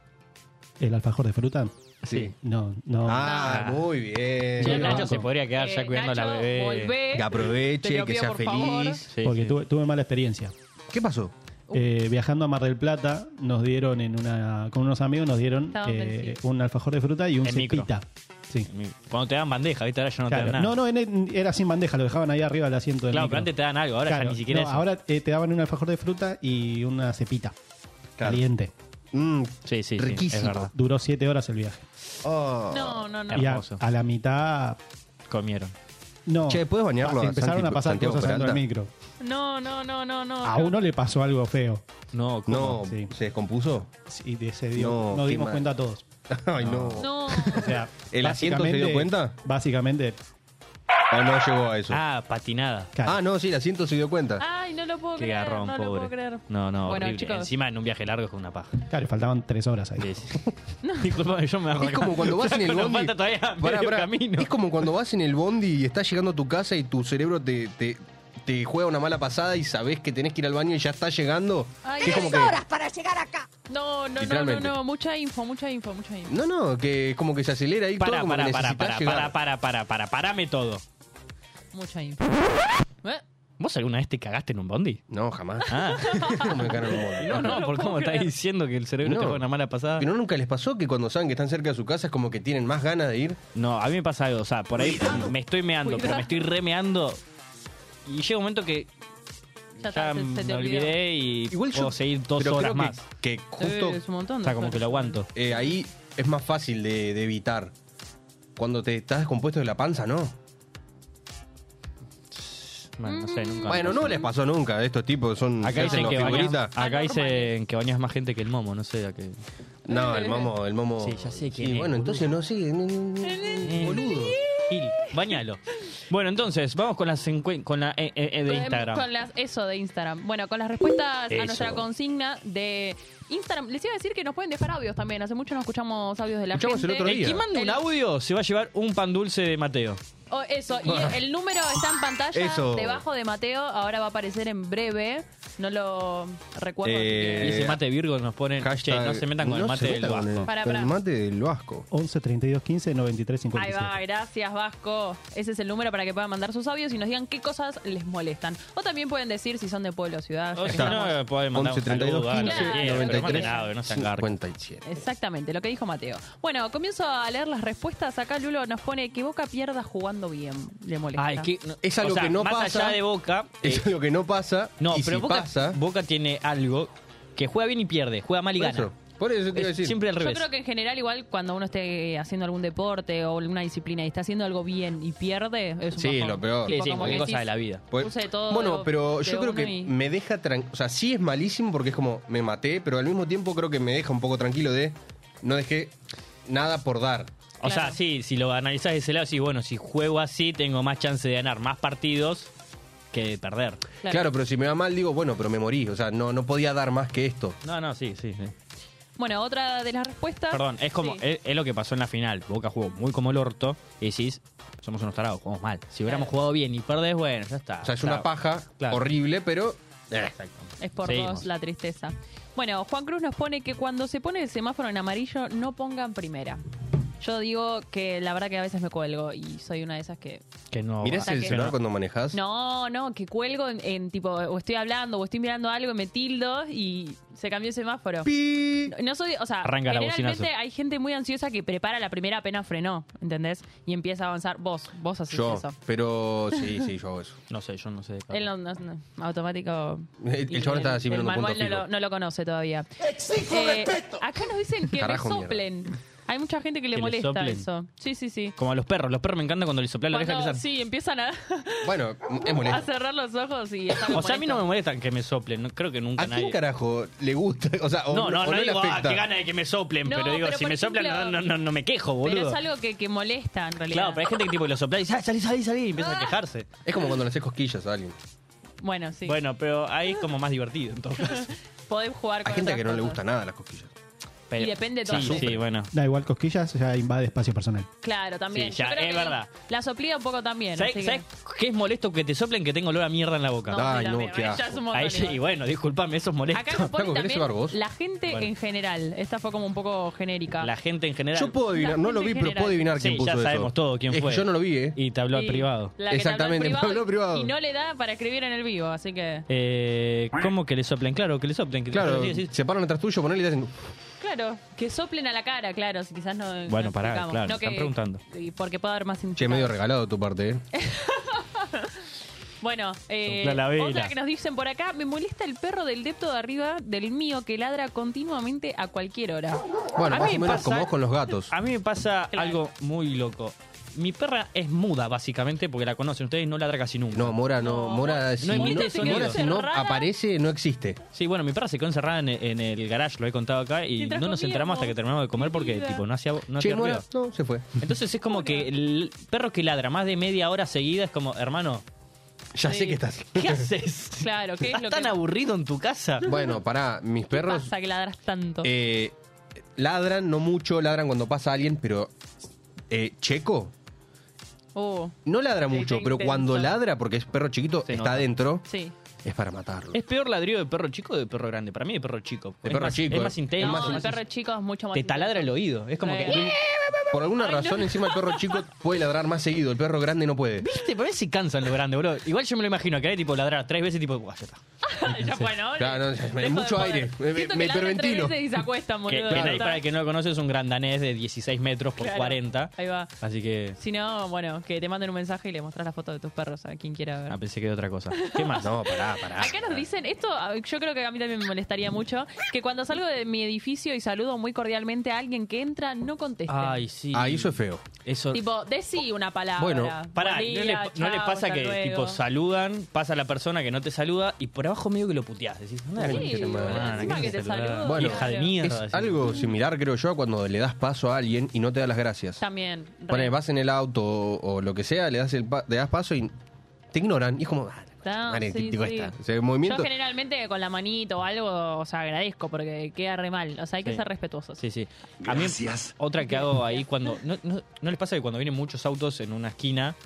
¿El alfajor de fruta? Sí. No, no. Ah, muy bien. Che, no, Nacho no. se podría quedar ya Eh, cuidando a la Nacho, bebé. volvé. Que Te aproveche, lo que pido, sea por favor. feliz. Sí, porque sí. Tuve, tuve mala experiencia. ¿Qué pasó? Eh, viajando a Mar del Plata, nos dieron en una, con unos amigos, nos dieron Estaban eh, vencidos. un alfajor de fruta y un En micro. cepita. Sí. Cuando te dan bandeja, ¿viste? Ahora ya no Claro. te dan nada. No, no, en- era sin bandeja, lo dejaban ahí arriba del asiento del Claro, micro. pero antes te dan algo, ahora Claro, ya ni siquiera no, eso. ahora eh, te daban un alfajor de fruta y una cepita Claro. caliente. Mm, Sí, sí, sí, Riquísimo. es verdad. Duró siete horas el viaje. oh. No, no, no. Y a, Hermoso. a la mitad. Comieron. No. Che, ¿puedes bañarlo Se a empezaron Santi- a pasar Santiago cosas dentro del Peralta? micro. No, no, no, no, no. A uno le pasó algo feo. No, No, Sí. ¿se descompuso? Y de- se dio- No, nos qué dimos mal. cuenta todos. Ay, no. No. O sea, ¿El asiento se dio básicamente- cuenta? Básicamente, Ah, no llegó a eso. Ah, Ah, patinada. claro. no, sí, el asiento se dio cuenta. Ay, no lo puedo Qué creer. garrón, no pobre. lo puedo creer. No, no, Bueno, horrible. chicos. Encima en un viaje largo es con una paja. Claro, faltaban tres horas ahí. Sí, sí. Disculpame, yo me hago Es como cuando vas en el Nos bondi. falta todavía Pará, medio pará. camino. Es como cuando vas en el bondi y estás llegando a tu casa y tu cerebro te, te, te juega una mala pasada y sabés que tenés que ir al baño y ya estás llegando. Ay, Que es como que- No, no, no, no, Literalmente. no. Mucha info, mucha info, mucha info. No, no, que es como que se acelera ahí todo Para, como para, que para, necesitas para, para, llegar. para, para, para, parame todo. Mucha info. ¿Eh? ¿Vos alguna vez te cagaste en un bondi? No, jamás. Ah. ¿Cómo me cagaron un bondi? No, no, por cómo estás diciendo que el cerebro No. te juega una mala pasada. Pero nunca les pasó que cuando saben que están cerca de su casa es como que tienen más ganas de ir. No, a mí me pasa algo, o sea, por ahí me estoy meando, pero me estoy remeando. Y llega un momento que Ya ya, está, se- se te me olvidó. olvidé y Igual yo puedo seguir dos pero creo horas que- más. Que, justo Eh, es un montón. O de sea, como que horas. lo aguanto. eh, ahí es más fácil de, de evitar. Cuando te estás descompuesto de la panza, no. Man, no sé, Mm. nunca. Bueno, no les pasó nunca de estos tipos, son Acá se hacen dicen, los que Ah, bañas, figuritas. acá Anormales. dicen que bañas más gente que el momo, no sé a qué. No, el momo, el momo. Sí, ya sé quién Sí, es, bueno, entonces no, sí, no, no, no, boludo. Gil, bañalo. Bueno, entonces, vamos con las encuen- con la eh, eh, eh, de Con- Em, Con Instagram. las, eso de Instagram. Bueno, con las respuestas a Eso. nuestra consigna de Instagram. Les iba a decir que nos pueden dejar audios también. Hace mucho no escuchamos audios de la Escuchamos el gente. otro día. El que mande un audio se va a llevar un pan dulce de Mateo. Oh, eso, y el- el número está en pantalla Eso. debajo de Mateo. Ahora va a aparecer en breve. No lo recuerdo. así que- Y Eh, ese mate Virgo nos pone, Hashtag- che, no se metan con el no mate se del metan con Vasco. el- Pará, con el pará. mate del Vasco. 11 32 15 93 Ahí 57. va, gracias Vasco. Ese es el número para que puedan mandar sus audios y nos digan qué cosas les molestan. O también pueden decir si son de pueblo o ciudad. O si Está. no, eh, puede mandar 11 32 un saludo, ah, no 15 sé qué, pero 93 manden audio, no se engarquen. 57. Exactamente, lo que dijo Mateo. Bueno, comienzo a leer las respuestas. Acá Lulo nos pone que Boca pierda jugando bien. Le molesta. Ah, es que no- Es algo o sea, que no más pasa. allá de Boca. eh, Eso es lo que no pasa. no, y pero si Boca, pasa. Boca tiene algo que juega bien y pierde, juega mal y por, gana. eso, por eso te iba a Es decir. siempre al Yo revés. creo que en general igual cuando uno esté haciendo algún deporte o alguna disciplina y está haciendo algo bien y pierde, es un Sí, bajón. lo peor. Sí, Tipo, sí, como cualquier que cosa decís, de la vida. Pues- Puse todo bueno, pero de yo creo uno que y- me deja tranquilo. O sea, sí es malísimo porque es como me maté, pero al mismo tiempo creo que me deja un poco tranquilo de no dejé nada por dar. O sea, Claro. sí, si lo analizás de ese lado, sí, bueno, si juego así, tengo más chance de ganar más partidos que de perder. Claro. pero si me va mal, digo, bueno, pero me morí. O sea, no, no podía dar más que esto. No, no, sí, sí, sí. Bueno, otra de las respuestas. Perdón, es como Sí. es, es lo que pasó en la final. Boca jugó muy como el orto y decís, somos unos tarados, jugamos mal. Si hubiéramos jugado bien y perdés, bueno, ya está. O sea, es Está- una paja Claro. horrible, pero. eh, Es por Seguimos. dos la tristeza. Bueno, Juan Cruz nos pone que cuando se pone el semáforo en amarillo no pongan primera. Yo digo que la verdad que a veces me cuelgo y soy una de esas que Que no. ¿Mirás Hasta el que- celular no. cuando manejas? No, no, que cuelgo en, en tipo, o estoy hablando, o estoy mirando algo y me tildo y se cambió el semáforo. No- No soy, o sea, Arranca la generalmente bocinazo. hay gente muy ansiosa que prepara la primera apenas frenó, ¿entendés? Y empieza a avanzar. Vos, vos haces Yo, eso. pero sí, sí, yo hago eso. No sé, yo no sé. de carro. Él no, no- no, automático. El- el y chabón está así El mirando un punto manual no fijo. lo, no lo conoce todavía. Eh, Acá nos dicen que Carajo, me mierda. soplen. Hay mucha gente que le Que le molesta soplen. eso. Sí, sí, sí. Como a los perros. Los perros me encantan cuando les soplan la oreja. Cuando- que salen. sí, empiezan a, Bueno, es a molesto. cerrar los ojos y está O sea, a mí no me molestan que me soplen. No, creo que nunca ¿A nadie. quién carajo le gusta? O sea, o no, no, o no, le digo, ah, afecta. qué gana de que me soplen. No, pero digo, pero si por me soplan, ejemplo- no, no, no me quejo, boludo. Pero es algo que, que molesta en realidad. Claro, pero hay gente que tipo que lo sopla y dice, "Ah, salí, salí, salí, y empiezan a quejarse. Es como cuando le haces cosquillas a alguien. Bueno, sí. Bueno, pero ahí es como más divertido en todo caso. Podés jugar con Hay gente otras que no le cosas. gusta nada las cosquillas. Pero- Y depende de Sí, dónde. sí, bueno. Da igual cosquillas, ya invade espacio personal. Claro, también. Sí, ya, Yo creo es que verdad. La soplía un poco también. ¿Sabes así que- sabes qué es molesto que te soplen que tengo olor a mierda en la boca? No, Ay, sí, no, también, qué ya asco. es un montón Ahí sí, igual. y bueno, disculpame, eso es molesto. Acá nos ponen Flaco, ¿querés llevar vos? también la gente Bueno. en general. Esta fue como un poco genérica. La gente en general. Yo puedo adivinar, no lo vi, pero puedo adivinar quién sí, puso ya eso. sabemos todo quién Es que fue. yo no lo vi, ¿eh? Y te habló al Sí, privado. la que te habló en Exactamente, me habló privado. Y no le da para escribir en el vivo, así que. Eh, ¿Cómo que le soplen? Claro, que le soplen. que- Claro, sí, sí, sí. se paran atrás tuyo, ponele y te hacen... Claro, que soplen a la cara, claro. Si quizás no. Bueno, no pará, explicamos. claro, No están que- preguntando. y Porque puede haber más Che, implicados. medio regalado de tu parte, ¿eh? Bueno, eh, Sopla la vela. otra que nos dicen por acá, me molesta el perro del depto de arriba del mío que ladra continuamente a cualquier hora. Bueno, A más mí o me menos pasa- como vos con los gatos. A mí me pasa Claro. algo muy loco. Mi perra es muda, básicamente, porque la conocen ustedes y no ladra casi nunca. No, Mora no. Mora, si no no, emite sonido. Mora, si no Cerrada. aparece, no existe. Sí, bueno, mi perra se quedó encerrada en, en el garage, lo he contado acá, y Mientras no nos enteramos comíamos. hasta que terminamos de comer porque, Mira. tipo, no hacía, no che, hacía Mora, ruido. no, se fue. Entonces es como que el perro que ladra más de media hora seguida es como, hermano, Ya Sí. sé que estás. ¿qué haces? Claro, ¿qué es ¿Estás lo tan que- aburrido en tu casa? Bueno, pará, mis ¿Qué perros pasa que ladras tanto? eh, ladran, no mucho, ladran cuando pasa alguien, pero eh, Checo Oh, no ladra Sí, qué mucho, pero intenso. cuando ladra, porque es perro chiquito, Se está nota. adentro, sí. es para matarlo. ¿Es peor ladrido de perro chico o de perro grande? Para mí de perro chico. De es perro más, chico, Es eh. más intenso. No, más- el perro chico es mucho más. te taladra el oído. Es como Sí. que... Por alguna razón, encima el perro chico puede ladrar más seguido, el perro grande no puede. Viste, pero a veces se cansan los grandes, bro. Igual yo me lo imagino que hay tipo ladrar tres veces tipo, "Buah, ya está. ya fue, ¿no? Claro, no, Dejo hay de mucho joder. aire. Me- me Siento que ladra tres hiperventilo. veces Y se acuestan, Que, boludo. que ya nadie- está. para el que no lo conoce es un grandanés de 16 metros por Claro. 40. Ahí va. Así que... Si no, bueno, que te manden un mensaje y le mostrás la foto de tus perros a quien quiera ver. Ah, pensé que era otra cosa. ¿Qué más? No, pará, pará. Acá nos dicen, esto a ver, yo creo que a mí también me molestaría mucho, que cuando salgo de mi edificio y saludo muy cordialmente a alguien que entra, no conteste. Ay, sí. Ah, eso es feo. Eso... Tipo, decí una palabra. Bueno, Pará, Buen ¿no, día, le, no le chao, pasa hasta que luego. tipo saludan, pasa la persona que no te saluda y por abajo medio que lo puteás? Decís, anda, Sí, concha tu madre, bueno, encima ¿qué que me te saludás? saludo, Bueno, hija de claro. mierda. Es decís. algo similar, creo yo, a cuando le das paso a alguien y no te da las gracias. También. re. Ponele, vas en el auto o, o lo que sea, le das, el pa- le das paso y te ignoran. Y es como, ah, la concha de Ah, tu madre, sí, típico sí. esta. O sea, el Yo movimiento. generalmente con la manito o algo, o sea, agradezco porque queda re mal. O sea, hay que Sí. ser respetuosos. Sí, sí. A mí, Gracias. otra que hago ahí cuando. ¿no, no, no les pasa que cuando vienen muchos autos en una esquina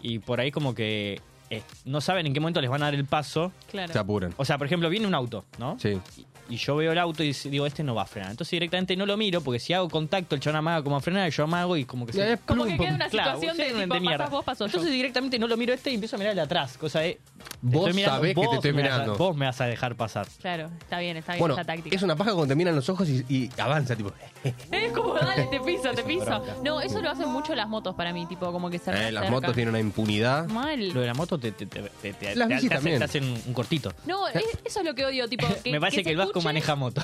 y por ahí como que eh, no saben en qué momento les van a dar el paso? Claro. Se apuran. O sea, por ejemplo, viene un auto, ¿no? Sí. Y, y yo veo el auto y digo, este no va a frenar. Entonces directamente no lo miro porque si hago contacto, el chabón amaga como a frenar, yo amago y como que Y ahí se. es Como plum, que pum. queda una Claro, situación ustedes de, no tipo, entendí pasás mierda. vos, pasó yo. Entonces directamente no lo miro este y empiezo a mirar el de atrás. Cosa de. Vos estoy mirando- sabés que te estoy me vas a- mirando. vos me vas a dejar pasar. Claro, está bien, está bien Bueno, esa táctica. es una paja cuando te miran los ojos y, y avanza, tipo. eh, Es como, dale, te piso, te piso. No, eso lo hacen mucho las motos para mí, tipo, como que se Eh, las acercan. motos tienen una impunidad. Mal. Lo de la moto te, te, te, te- te- Las te- bicis te hacen, también. te hacen un- un cortito. No, es- eso es lo que odio, tipo. Que, Me parece que, se el Vasco escuche- maneja moto.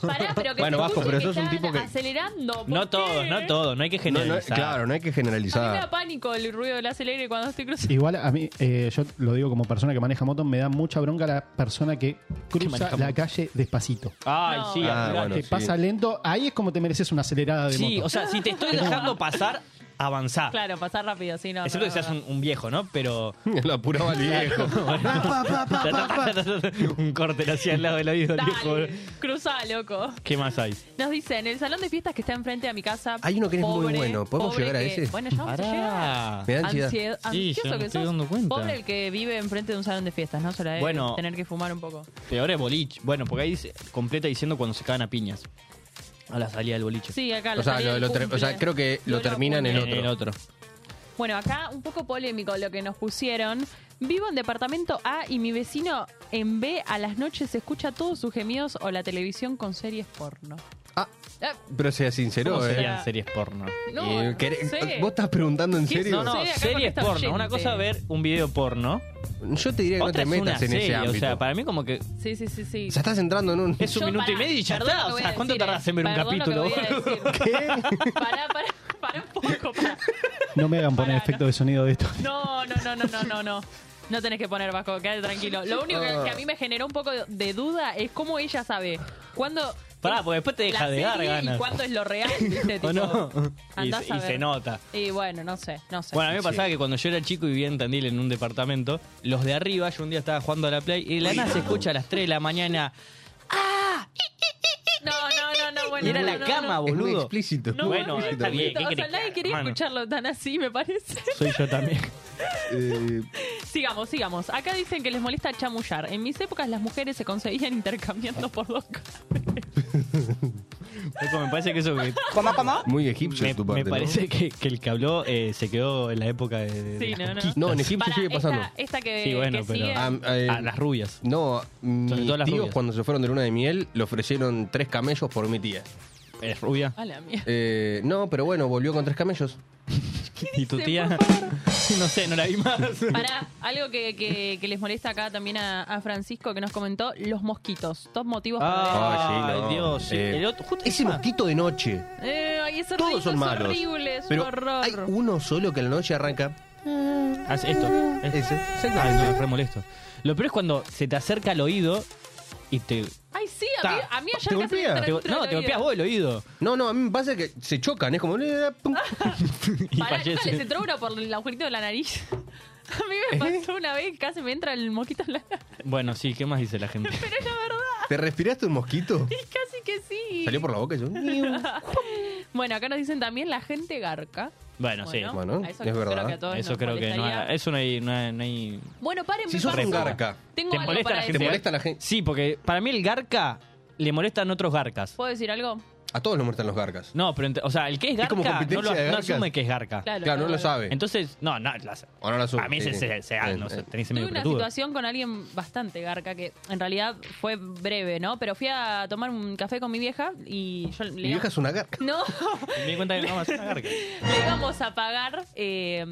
Pará, pero que Bueno, se Vasco, escuche pero sos un están tipo que- Acelerando. ¿por No qué? todo, no todo, no hay que No, no, generalizar. claro, no hay que A mí me generalizar. da pánico el ruido del acelere cuando estoy cruzando. Igual a mí, eh, yo lo digo como persona que maneja moto, me da mucha bronca la persona que cruza maneja la moto. calle despacito. Ay, No. sí, Ah, olvidate. bueno, que sí. pasa lento, ahí es como te mereces una acelerada de Sí, moto. o sea, si te estoy dejando pasar, avanzá. Claro, pasar rápido, sí, no. Excepto no, que seas no. un, un viejo, ¿no? Pero. Lo apuraba el viejo. un corte le hacía al lado del oído al Dale, viejo. eh. cruzá, loco. ¿Qué más hay? Nos dicen, el salón de fiestas que está enfrente a mi casa. Hay uno que es muy pobre, bueno, ¿podemos pobre llegar a que- ese? Bueno, ya vamos a llegar. Pará. Me da ansiedad. Ansied- Sí, ansioso yo me que estoy sos. dando cuenta. Pobre el que vive enfrente de un salón de fiestas, ¿no? Solo de Bueno. tener que fumar un poco. Peor es boliche. Bueno, porque ahí dice- completa diciendo cuando se cagan a piñas. a la salida del boliche. Sí, acá la O sea, salida lo- del lo ter- o sea, cumple. creo que lo termina en el En otro. el otro. Bueno, acá un poco polémico lo que nos pusieron. Vivo en departamento A y mi vecino en B a las noches escucha todos sus gemidos o la televisión con series porno. Ah, Eh, pero sea sincero, ¿Cómo eh. serían series porno? no, Eh, no queré- sé. ¿Vos estás preguntando en ¿Qué es? No, serio? no, Sí, acá series contesta porno. oyente. Una cosa es ver un video porno. Yo te diría que no otra te es metas una en serie. ese o ámbito. sea, para mí como que Sí, sí, sí, sí. O sea, estás entrando en un... es un Yo, minuto y pará, medio y ya perdón está. lo O que sea, voy a ¿cuánto decir, tardás eh. en ver un Perdón lo que capítulo? voy a boludo? decir. Pará, pará, pará un poco. Pará. No me hagan poner Pará, efecto de sonido de esto. No, no, no, no, no, no, no. No tenés que poner Vasco, quédate tranquilo. Lo único que, que a mí me generó un poco de- de duda es cómo ella sabe cuándo. Pará, porque después te la deja de dar serie ganas. Y cuándo es lo real, ¿viste? ¿O Tipo, no? Y, andás se- a y ver. se nota. Y bueno, no sé, no sé. Bueno, a mí me Sí. pasaba que cuando yo era chico y vivía en Tandil en un departamento, los de arriba, yo un día estaba jugando a la play y de la nada se escucha a las 3 de la mañana. no, no, no, no, bueno. Y era no, la no, cama, no. Es muy boludo. explícito. No, bueno, explícito. está bien. ¿qué O sea, querés que nadie haga, quería hermano? escucharlo tan así, me parece. Soy yo también. Eh, Sigamos, sigamos. Acá dicen que les molesta chamullar. En mis épocas las mujeres se conseguían intercambiando por dos cosas. Loco, me parece que eso que- muy egipcio me, de tu me parte. ¿no? parece que, que el que habló eh, se quedó en la época de, de- Sí, de las no, conquistas. no. No, en Egipto Pará, sigue pasando. Esta, esta que, Sí, bueno, que pero- sigue. Ah, eh, A las rubias. No, mis todo las tíos rubias. cuando se fueron de luna de miel le ofrecieron tres camellos por mi tía. ¿Eres rubia? A la mierda. Eh, no, pero bueno, volvió con tres camellos. ¿Y tu dice, tía? no sé, no la vi más. Pará, algo que, que- que les molesta acá también a, a Francisco que nos comentó, los mosquitos. Dos motivos Ah, Ay, sí, no. Dios. sí. Eh, El otro- justo Ese encima. mosquito de noche. para... Eh, ay, es horrible, Todos son es malos. horrible, es un pero uh, horror. hay uno solo que a la noche arranca. Hace esto. Ese. Ay, no, es re molesto. Lo peor es cuando se te acerca al oído y te. Ay, sí, a mí, Ta, a mí te ayer casi golpea. me entra te- dentro no, del te golpeas oído. vos el oído. No, no, a mí me pasa que se chocan. Es como. eh, pum. Y Pará, nunca les fallece. entró uno por el agujerito de la nariz. A mí me ¿Eh? pasó una vez, casi me entra el mosquito en la nariz. Bueno, sí, ¿qué más dice la gente? Pero es la verdad, ¿Te respiraste un mosquito? y casi que sí. Salió por la boca y yo. Bueno, acá nos dicen también la gente garca. Bueno, sí. Bueno, a eso es verdad. Creo que a todos Eso nos creo que no molestaría. hay, eso no hay, no hay- no hay- Bueno, paren, Si me sos pasó. un garca, Tengo ¿Te algo molesta para la gente? ¿te decir. molesta la gente? Sí, porque para mí el garca le molestan otros garcas. ¿Puedo decir algo? A todos nos molestan los garcas. No, pero ent- o sea, el que es Es garca como no, lo- competencia de no garcas. asume que es garca. Claro, Claro, no lo sabe. Entonces, no, no, las- O no lo asume. a mí Sí, se, sí. se, se- ah, Sí, no sé, sí. tenés ese Tuve medio una pelotudo. situación con alguien bastante garca que en realidad fue breve, ¿no? Pero fui a tomar un café con mi vieja y yo le Mi vieja es una garca. No, Me di cuenta que no, es una garca. le íbamos a pagar eh,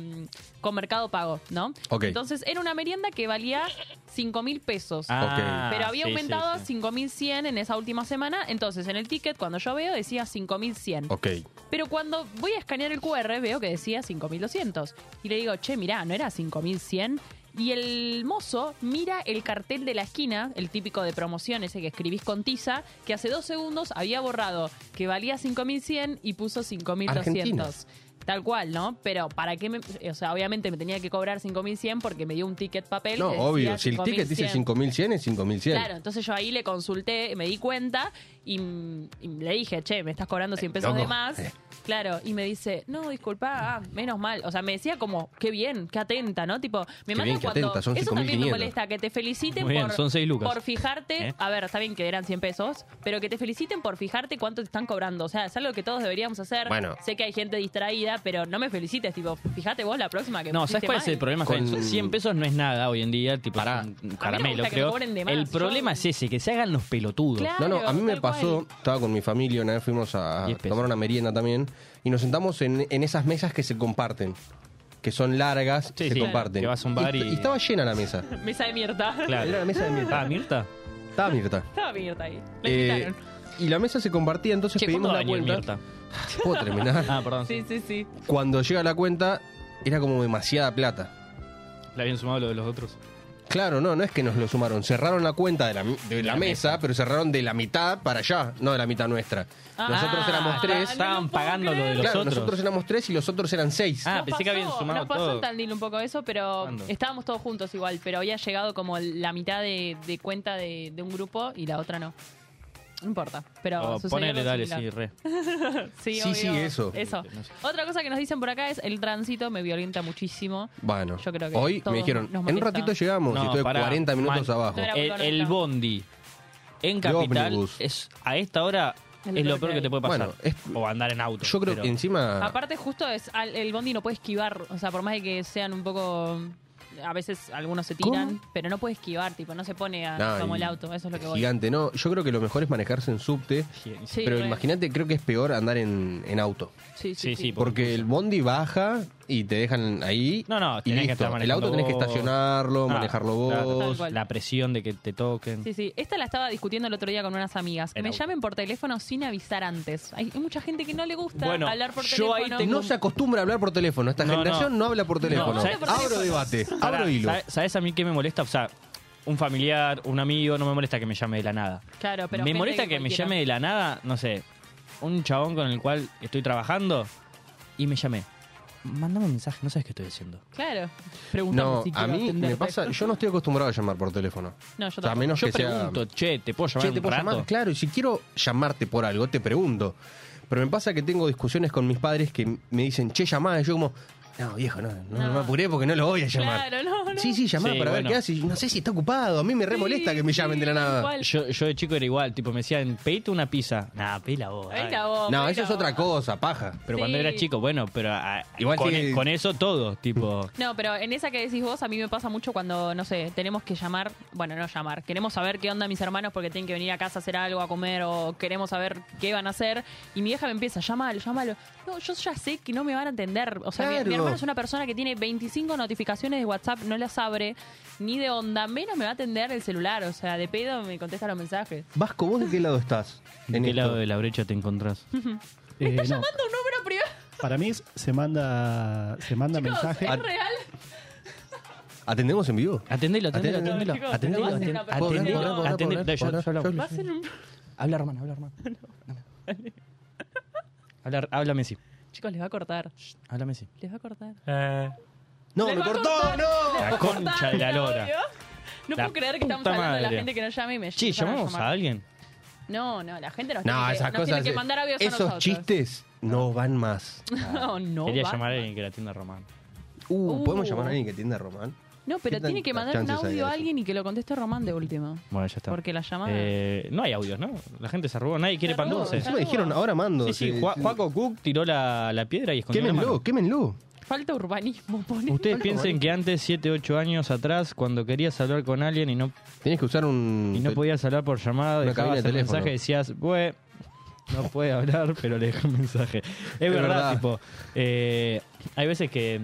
con Mercado Pago, ¿no? Ok. Entonces era una merienda que valía 5 mil pesos. Ah, Pero había Ah, sí, sí, aumentado sí. a 5.100 en esa última semana. Entonces, en el ticket, cuando yo veo, decía 5.100. Ok. Pero cuando voy a escanear el QR veo que decía 5200. Y le digo, che, mirá, ¿no era 5100? Y el mozo mira el cartel de la esquina, el típico de promoción, ese que escribís con tiza, que hace dos segundos había borrado que valía 5100 y puso 5200. Tal cual, ¿no? Pero para qué me... O sea, obviamente me tenía que cobrar 5100 porque me dio un ticket papel. No, que decía obvio. Si el ticket dice 5100. 5100, es 5100. Claro, entonces yo ahí le consulté, me di cuenta y, mm, y le dije, che, me estás cobrando 100 pesos loco. de más. Eh. Claro, y me dice, no, disculpa, ah, menos mal. O sea, me decía como, qué bien, qué atenta, ¿no? Tipo, me Qué mata bien, qué cuando... atenta, son eso también me 5.500. molesta, que te feliciten Muy bien, por, son seis lucas. por fijarte... ¿Eh? A ver, está bien que eran 100 pesos, pero que te feliciten por fijarte cuánto te están cobrando. O sea, es algo que todos deberíamos hacer. Bueno. Sé que hay gente distraída, pero no me felicites, tipo, fijate vos la próxima que No, ¿sabes pusiste cuál es mal. el problema? Con- Son 100 pesos no es nada hoy en día, tipo Pará. es un me caramelo, gusta que me creo. cobren de más, El yo- problema es ese, que se hagan los pelotudos. Claro. No, no, a mí me tal cual. pasó, estaba con mi familia, una vez fuimos a 10 pesos. tomar una merienda también, y nos sentamos en, en esas mesas que se comparten, que son largas, Sí, se sí, comparten. que vas a un bar y- estaba llena la mesa. Mesa de Mirta. Claro. Era la mesa de Mirta. Ah, Mirta. Estaba Mirta. Estaba Mirta ahí. La Eh, invitaron. y la mesa se compartía, entonces Che, ¿cuándo pedimos va a la venir cuenta. Mirta? Puedo terminar. Ah, perdón. Sí, sí, sí. Cuando llega la cuenta, era como demasiada plata. Le habían sumado lo de los otros. Claro, no, no es que nos lo sumaron. Cerraron la cuenta de la, de la mesa, pero cerraron de la mitad para allá, no de la mitad nuestra. Nosotros Ah, éramos tres. no lo Estaban puedo pagando lo de creer. los Claro, otros. nosotros éramos tres y los otros eran seis. Ah, Nos pensé que habían pasó- sumado nos pasó todo. en Tandil un poco eso, pero ¿Cuándo? estábamos todos juntos igual, pero había llegado como la mitad de, de cuenta de, de un grupo y la otra no. No importa, pero Oh, sucedió ponele, algo dale, sí, similar. re. sí, Sí, sí, obvio. eso. Eso. Otra cosa que nos dicen por acá es el tránsito me violenta muchísimo. Bueno, Yo creo que hoy todos me dijeron, nos en un molesta. ratito llegamos, No, y estoy pará, 40 minutos mal. abajo. No era- El, el bondi en De Capital ómnibus. es a esta hora Es lo Es lo peor peor que que te hay. puede pasar. Bueno, es- o andar en auto. Yo creo pero- que encima. Aparte, justo es al- el bondi no puede esquivar. O sea, por más de que sean un poco. A veces algunos se tiran, pero no puede esquivar, tipo, no se pone a- no, como Ah, y- el auto. Eso es lo que voy. Gigante, no. Yo creo que lo mejor es manejarse en subte. Sí, Sí, pero re. imagínate, creo que es peor andar en, en auto. Sí, Sí, sí, sí, sí. Porque el bondi baja y te dejan ahí. No, no, y tenés que listo. estar El manejando auto tenés que vos. Ah, estacionarlo, Claro, manejarlo vos. claro. Tal cual. La presión de que te toquen. Sí, sí. Esta la estaba discutiendo el otro día con unas amigas. Que En me auto. llamen por teléfono sin avisar antes. Hay, hay mucha gente que no le gusta Bueno, hablar por yo ahí teléfono. tengo- No se acostumbra a hablar por teléfono. Esta No, generación no. no. habla por teléfono. No, ¿sabes- abro debate, Pará, abro hilo. ¿sabe- ¿Sabes a mí qué me molesta? O sea, un familiar, un amigo, no me molesta que me llame de la nada. Claro, pero me gente molesta que, me cualquiera- llame de la nada, no sé, un chabón con el cual estoy trabajando y me llamé. Mándame un mensaje, no sabes qué estoy diciendo. Claro. Preguntame No, si a quiero mí me atenderte. pasa. Yo no estoy acostumbrado a llamar por teléfono. No, yo O sea, a menos Yo que sea. pregunto, che, ¿te puedo llamar Che, en te un puedo rato? llamar, claro, y si quiero llamarte por algo, te pregunto. Pero me pasa que tengo discusiones con mis padres que me dicen, che, llamá, y yo como, no, viejo, no, no, No. me apuré porque no lo voy a llamar. Claro, no, no. Sí, sí, llamá Sí, para bueno. ver qué hace. Y No sé si está ocupado, a mí me remolesta que me llamen de la nada. Igual. Yo, yo de chico era igual, tipo, me decían, pedite una pizza. Nah, pela vos. Ahí dale. la vos, No, ahí eso la es otra vos. cosa, paja. Pero Sí. cuando era chico, bueno, pero ah, Igual con, que- con eso todo, tipo. No, pero en esa que decís vos, a mí me pasa mucho cuando, no sé, tenemos que llamar, bueno, no llamar, queremos saber qué onda mis hermanos porque tienen que venir a casa a hacer algo, a comer o queremos saber qué van a hacer. Y mi vieja me empieza, llámalo, llámalo. No, yo ya sé que no me van a entender. O sea, mi- mi, Claro. hermano es una persona que tiene 25 notificaciones de WhatsApp, no las abre, ni de onda, menos me va a atender el celular. O sea, de pedo me contesta los mensajes. Vasco, ¿vos de qué lado estás? ¿En qué lado de la brecha te encontrás? Eh, no, Manda un número privado. Para mí es- se manda, se manda Chicos, mensaje. ¿Es real? ¿Atendemos en vivo? Atendelo, atendelo, Atendelo, atendelo. chicos, Atendelo, ¿puedo atendelo. hacer una pregunta? atendelo, ¿Puedo hablar, atendelo. puedo hablar, Yo- puedo yo hablo. Va a ser un... Habla, hermano, habla, hermano. Habla, habla Messi. Chicos, les va a cortar. Habla Messi. Les va a cortar. No, Les me va a cortó, cortar. no. La concha de la lora. Obvio. No La puedo creer que puta estamos hablando de madre. la gente que nos llama y me Che, empezaron ¿llamamos a llamar. alguien? No, no, la gente nos, No, tiene, esas que, nos cosas. tiene que mandar audios a esos nosotros. chistes no van más. No, no. Quería va. llamar a alguien que la atienda Román. Uh, Uh. ¿podemos llamar a alguien que atienda a Román? No, pero ¿Qué tan- tiene que mandar un chances hay de audio a eso? alguien y que lo conteste Román de último. Bueno, ya está. Porque la llamada. Eh, no hay audios, ¿no? La gente se arrugó, nadie quiere Se pan arrugó, dulce. se Encima dijeron, ahora mando. Sí, sí, se- Ju- se- Juaco Cook tiró la, la piedra y escondió la mano. Quémenlo, quémenlo. Falta urbanismo, pone. Ustedes piensen que antes, 7, 8 años atrás, cuando querías hablar con alguien y no, Tienes que usar un. y no podías hablar por llamada, Una dejabas cabina el de teléfono. mensaje y decías, "Bue, no puede hablar, pero le dejé un mensaje. Es, verdad, verdad. tipo, eh, hay veces que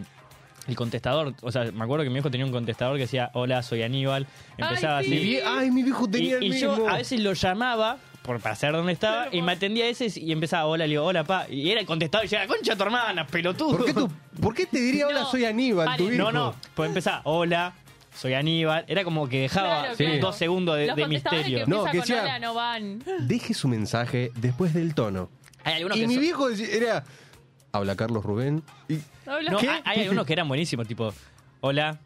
el contestador, o sea, me acuerdo que mi hijo tenía un contestador que decía, hola, soy Aníbal. Empezaba Ay, Mi así. sí. vie- Ay, mi viejo tenía el y, y mismo. yo a veces lo llamaba por para saber dónde estaba Pero, y pa. me atendía a veces y empezaba hola le digo hola pa y era el contestado y decía concha tu hermana pelotudo ¿Por qué, tú, ¿Por qué te diría ahora No, soy Aníbal, tu paren. hijo? no no pues empezaba hola soy Aníbal era como que dejaba Claro, sí, claro. dos segundos de, Los de contestadores misterio Que No, no, que que sea- no van. Deje su mensaje después del tono. hay algunos y que mi son- viejo decí- era. Habla Carlos Rubén. Y, Habla- no, ah, ¿Qué? hay- hay algunos que eran buenísimos tipo hola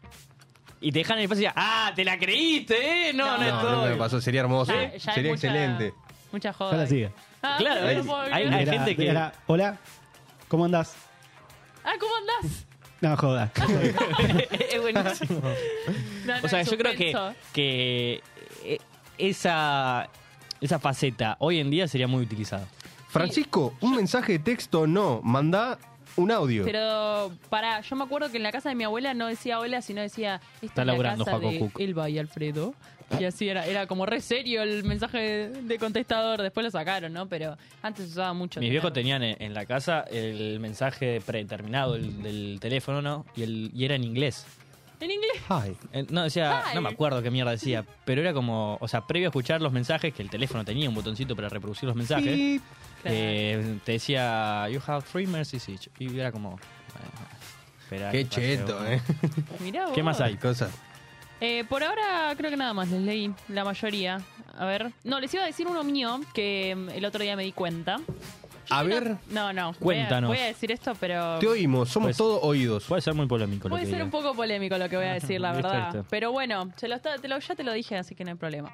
y te dejan en el espacio y decían, ah te la creíste eh no no, No, no, estoy no me pasó, sería hermoso. Ya- ya hay sería mucha- excelente. Mucha joda. Ahora sigue. Ah, Claro, no hay- lo puedo hay- creer. hay- Era- gente que- era, Hola, ¿cómo andás? Ah, ¿cómo andás? No, joda. es buenísimo No, no, O sea, el yo creo que, suspenso. que eh, esa, esa faceta hoy en día sería muy utilizada. Francisco, un mensaje de texto no. Mandá un audio. Pero para, yo me acuerdo que en la casa de mi abuela no decía hola, sino decía esta Está es la laburando casa Joaco de Cook. Elba y Alfredo. Y así era, era como re serio el mensaje de- de contestador, después lo sacaron, ¿no? Pero antes se usaba mucho. Mis tener- viejos tenían en, en la casa el mensaje predeterminado el- del teléfono, ¿no? Y, el, y era en inglés. En inglés. Ay. Eh, No, decía, Ay. no me acuerdo qué mierda decía, pero era como, o sea, previo a escuchar los mensajes, que el teléfono tenía un botoncito para reproducir los mensajes, Pip. eh, te decía, you have three mercies each. Y era como, bueno, esperá Qué que pase cheto, un- eh. Mirá vos. ¿Qué más hay? Hay cosas. Eh, por ahora creo que nada más, les leí la mayoría. A ver. No, les iba a decir uno mío que mm, el otro día me di cuenta. A ver, No, no. voy a- Cuéntanos. Voy a, decir esto, pero. te oímos. Somos Pues- todos oídos. Puede ser muy polémico. lo Puede que ser diga. un poco polémico lo que voy a decir, la Listo, verdad. listo. Pero bueno, se lo está- te lo- ya te lo dije, así que no hay problema.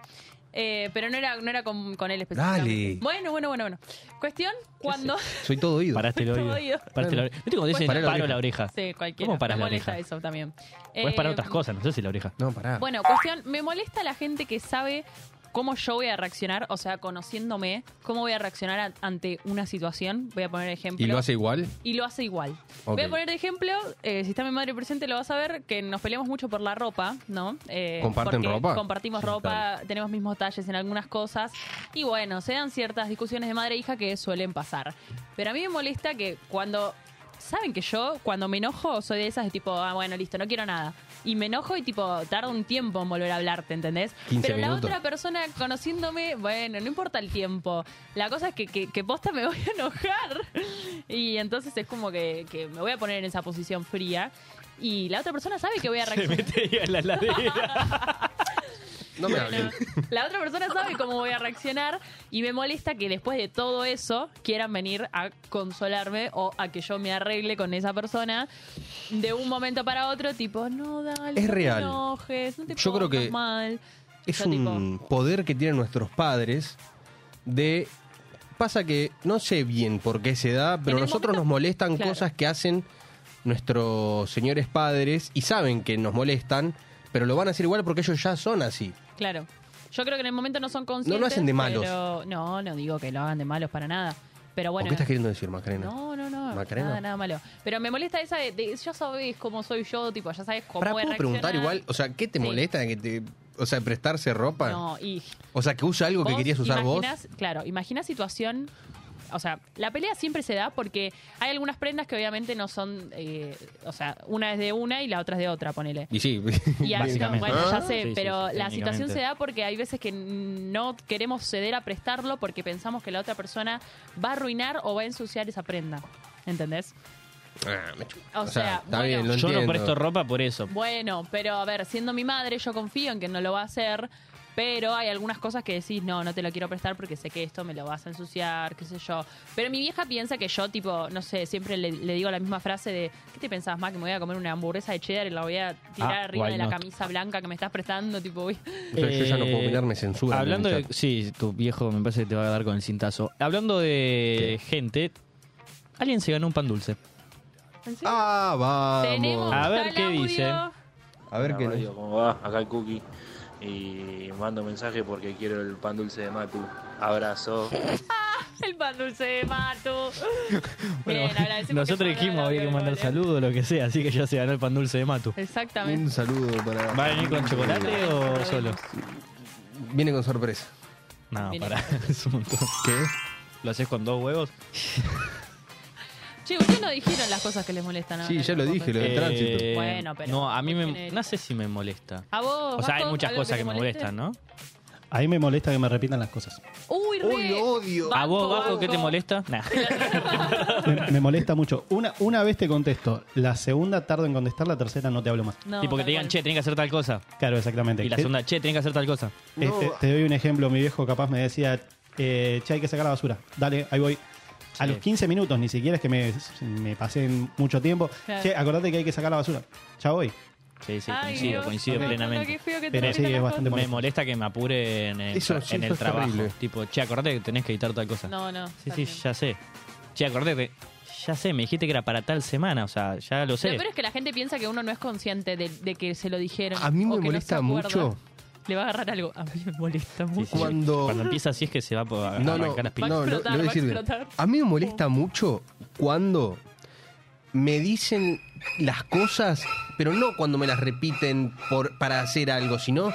Eh, pero no era, no era con, con él específicamente. Dale. Bueno, bueno, bueno, bueno. Cuestión, cuando... Soy todo oído. Paraste el Todo oído. oído. Paraste la oreja. este ¿Viste cuando dicen Pará la paro oreja. la oreja? Sí, cualquiera. ¿Cómo paras me la molesta oreja? Pues eso también. Puedes Eh, parar otras cosas, no sé si la oreja. No, pará. Bueno, cuestión, me molesta la gente que sabe cómo yo voy a reaccionar, o sea, conociéndome, cómo voy a reaccionar a- ante una situación. Voy a poner ejemplo. ¿Y lo hace igual? Y lo hace igual. Ok. Voy a poner ejemplo, eh, si está mi madre presente lo vas a ver, que nos peleamos mucho por la ropa, ¿no? Eh, ¿Comparten porque ropa? Compartimos Sí, ropa, tenemos mismos talles en algunas cosas. Y bueno, se dan ciertas discusiones de madre e hija que suelen pasar. Pero a mí me molesta que cuando... Saben que yo, cuando me enojo, soy de esas de tipo, ah, bueno, listo, no quiero nada. Y me enojo y tipo, tarda un tiempo en volver a hablarte, ¿entendés? 15 Pero la minutos. otra persona conociéndome, bueno, no importa el tiempo. La cosa es que, que, que posta me voy a enojar. Y entonces es como que, que me voy a poner en esa posición fría. Y la otra persona sabe que voy a Se reaccionar. metería en la heladera. No me Bueno, hablen. la otra persona sabe cómo voy a reaccionar y me molesta que después de todo eso quieran venir a consolarme o a que yo me arregle con esa persona de un momento para otro, tipo, no, dale, Es no real. te enojes, no te Yo creo pongas que mal. Es Yo, tipo, un poder que tienen nuestros padres de... Pasa que no sé bien por qué se da, pero En el nosotros momento- nos molestan Claro. cosas que hacen nuestros señores padres y saben que nos molestan, pero lo van a hacer igual porque ellos ya son así. Claro. Yo creo que en el momento no son conscientes. hacen de malos. pero- no, no digo que lo hagan de malos para nada. Pero ¿O bueno. qué estás queriendo decir, Macarena? No, no, no. Macarena. Nada, nada malo. Pero me molesta esa de, de- ya sabes cómo soy yo, tipo, ya sabes cómo Pará, voy a ¿puedo preguntar reaccionar. igual? O sea, ¿qué te Sí. molesta que te... O sea, prestarse ropa? No, y O sea, que usa algo que vos querías usar vos. imaginás- Claro, imagina situación. O sea, la pelea siempre se da porque hay algunas prendas que obviamente no son. eh, o sea, una es de una y la otra es de otra, ponele. Y sí, Y así, Básicamente. bueno, ya Sí, sé, sí, pero sí, la técnicamente. situación se da porque hay veces que no queremos ceder a prestarlo porque pensamos que la otra persona va a arruinar o va a ensuciar esa prenda. ¿Entendés? Ah, me chupa. O sea, está bueno. bien, lo Yo no entiendo. presto ropa por eso. Bueno, pero a ver, siendo mi madre, yo confío en que no lo va a hacer, pero hay algunas cosas que decís, no, no te lo quiero prestar porque sé que esto me lo vas a ensuciar, qué sé yo. Pero mi vieja piensa que yo, tipo, no sé, siempre le, le digo la misma frase de, ¿qué te pensabas, más que me voy a comer una hamburguesa de cheddar y la voy a tirar Ah, arriba why de la not? camisa blanca que me estás prestando? Tipo, uy. O sea, yo ya no puedo mirar, me censura. eh, Hablando me de. Sí, tu viejo me parece que te va a dar con el cintazo. Hablando de gente, alguien se ganó un pan dulce. ¿En serio? Ah, vamos. Tenemos A ver tal qué audio. dice. A ver Hola, qué Mario, ¿cómo va? Acá el cookie. Y mando mensaje porque quiero el pan dulce de Matu. Abrazo. El pan dulce de mato. Bien, agradecemos que nosotros fueron dijimos a la había que mandar Venezuela. saludos, lo que sea, así que ya se ganó el pan dulce de Matu. Exactamente. Un saludo para. ¿Va a venir con chocolate o solo? Viene con sorpresa. No, Viene. pará, es un montón. ¿Qué? ¿Lo haces con dos huevos? Che, ustedes no dijeron las cosas que les molestan. a- Sí, ya lo dije, lo del Eh, tránsito. Bueno, pero- No, a mí me. genérico. No sé si me molesta. A vos. O sea, hay Vasco, muchas ¿algo cosas te que me moleste? molestan, ¿no? A mí me molesta que me repitan las cosas. Uy, re. Uy, lo odio. ¿A vos, Vasco, qué te molesta? Nah. Me, me molesta mucho. Una, una vez te contesto, la segunda tardo en contestar, la tercera no te hablo más. No, tipo que tal te digan, cual. che, tenés que hacer tal cosa. Claro, exactamente. Y la Te- segunda, che, tenés que hacer tal cosa. Eh, te, te doy un ejemplo. Mi viejo capaz me decía, eh, che, hay que sacar la basura. Dale, ahí voy. A Sí. los 15 minutos, ni siquiera es que me, me pasé mucho tiempo. Claro. Che, acordate que hay que sacar la basura. Ya voy. Sí, sí, Ay, coincido, Dios, coincido no, plenamente. qué feo que te Pero molestan sí, las es cosas. bastante Me molesta que me apuren en el, Eso, tra- sí, en eso el es trabajo. terrible. Tipo, che, acordate que tenés que editar tal cosa. No, no. sí, está sí, bien. ya sé. Che, acordate que. Ya sé, me dijiste que era para tal semana, o sea, ya lo sé. Lo peor es que la gente piensa que uno no es consciente de, de que se lo dijeron. A mí o me que no se molesta acuerda. mucho. Le va a agarrar algo. A mí me molesta Sí, mucho. sí, sí. Cuando- Cuando empieza así es que se Ah, va a, a No, no, arrancar las Va a pilas. no, lo- lo explotar, voy a va a decir bien. explotar. Oh. A mí me molesta mucho cuando me dicen las cosas, pero no cuando me las repiten por, para hacer algo, sino,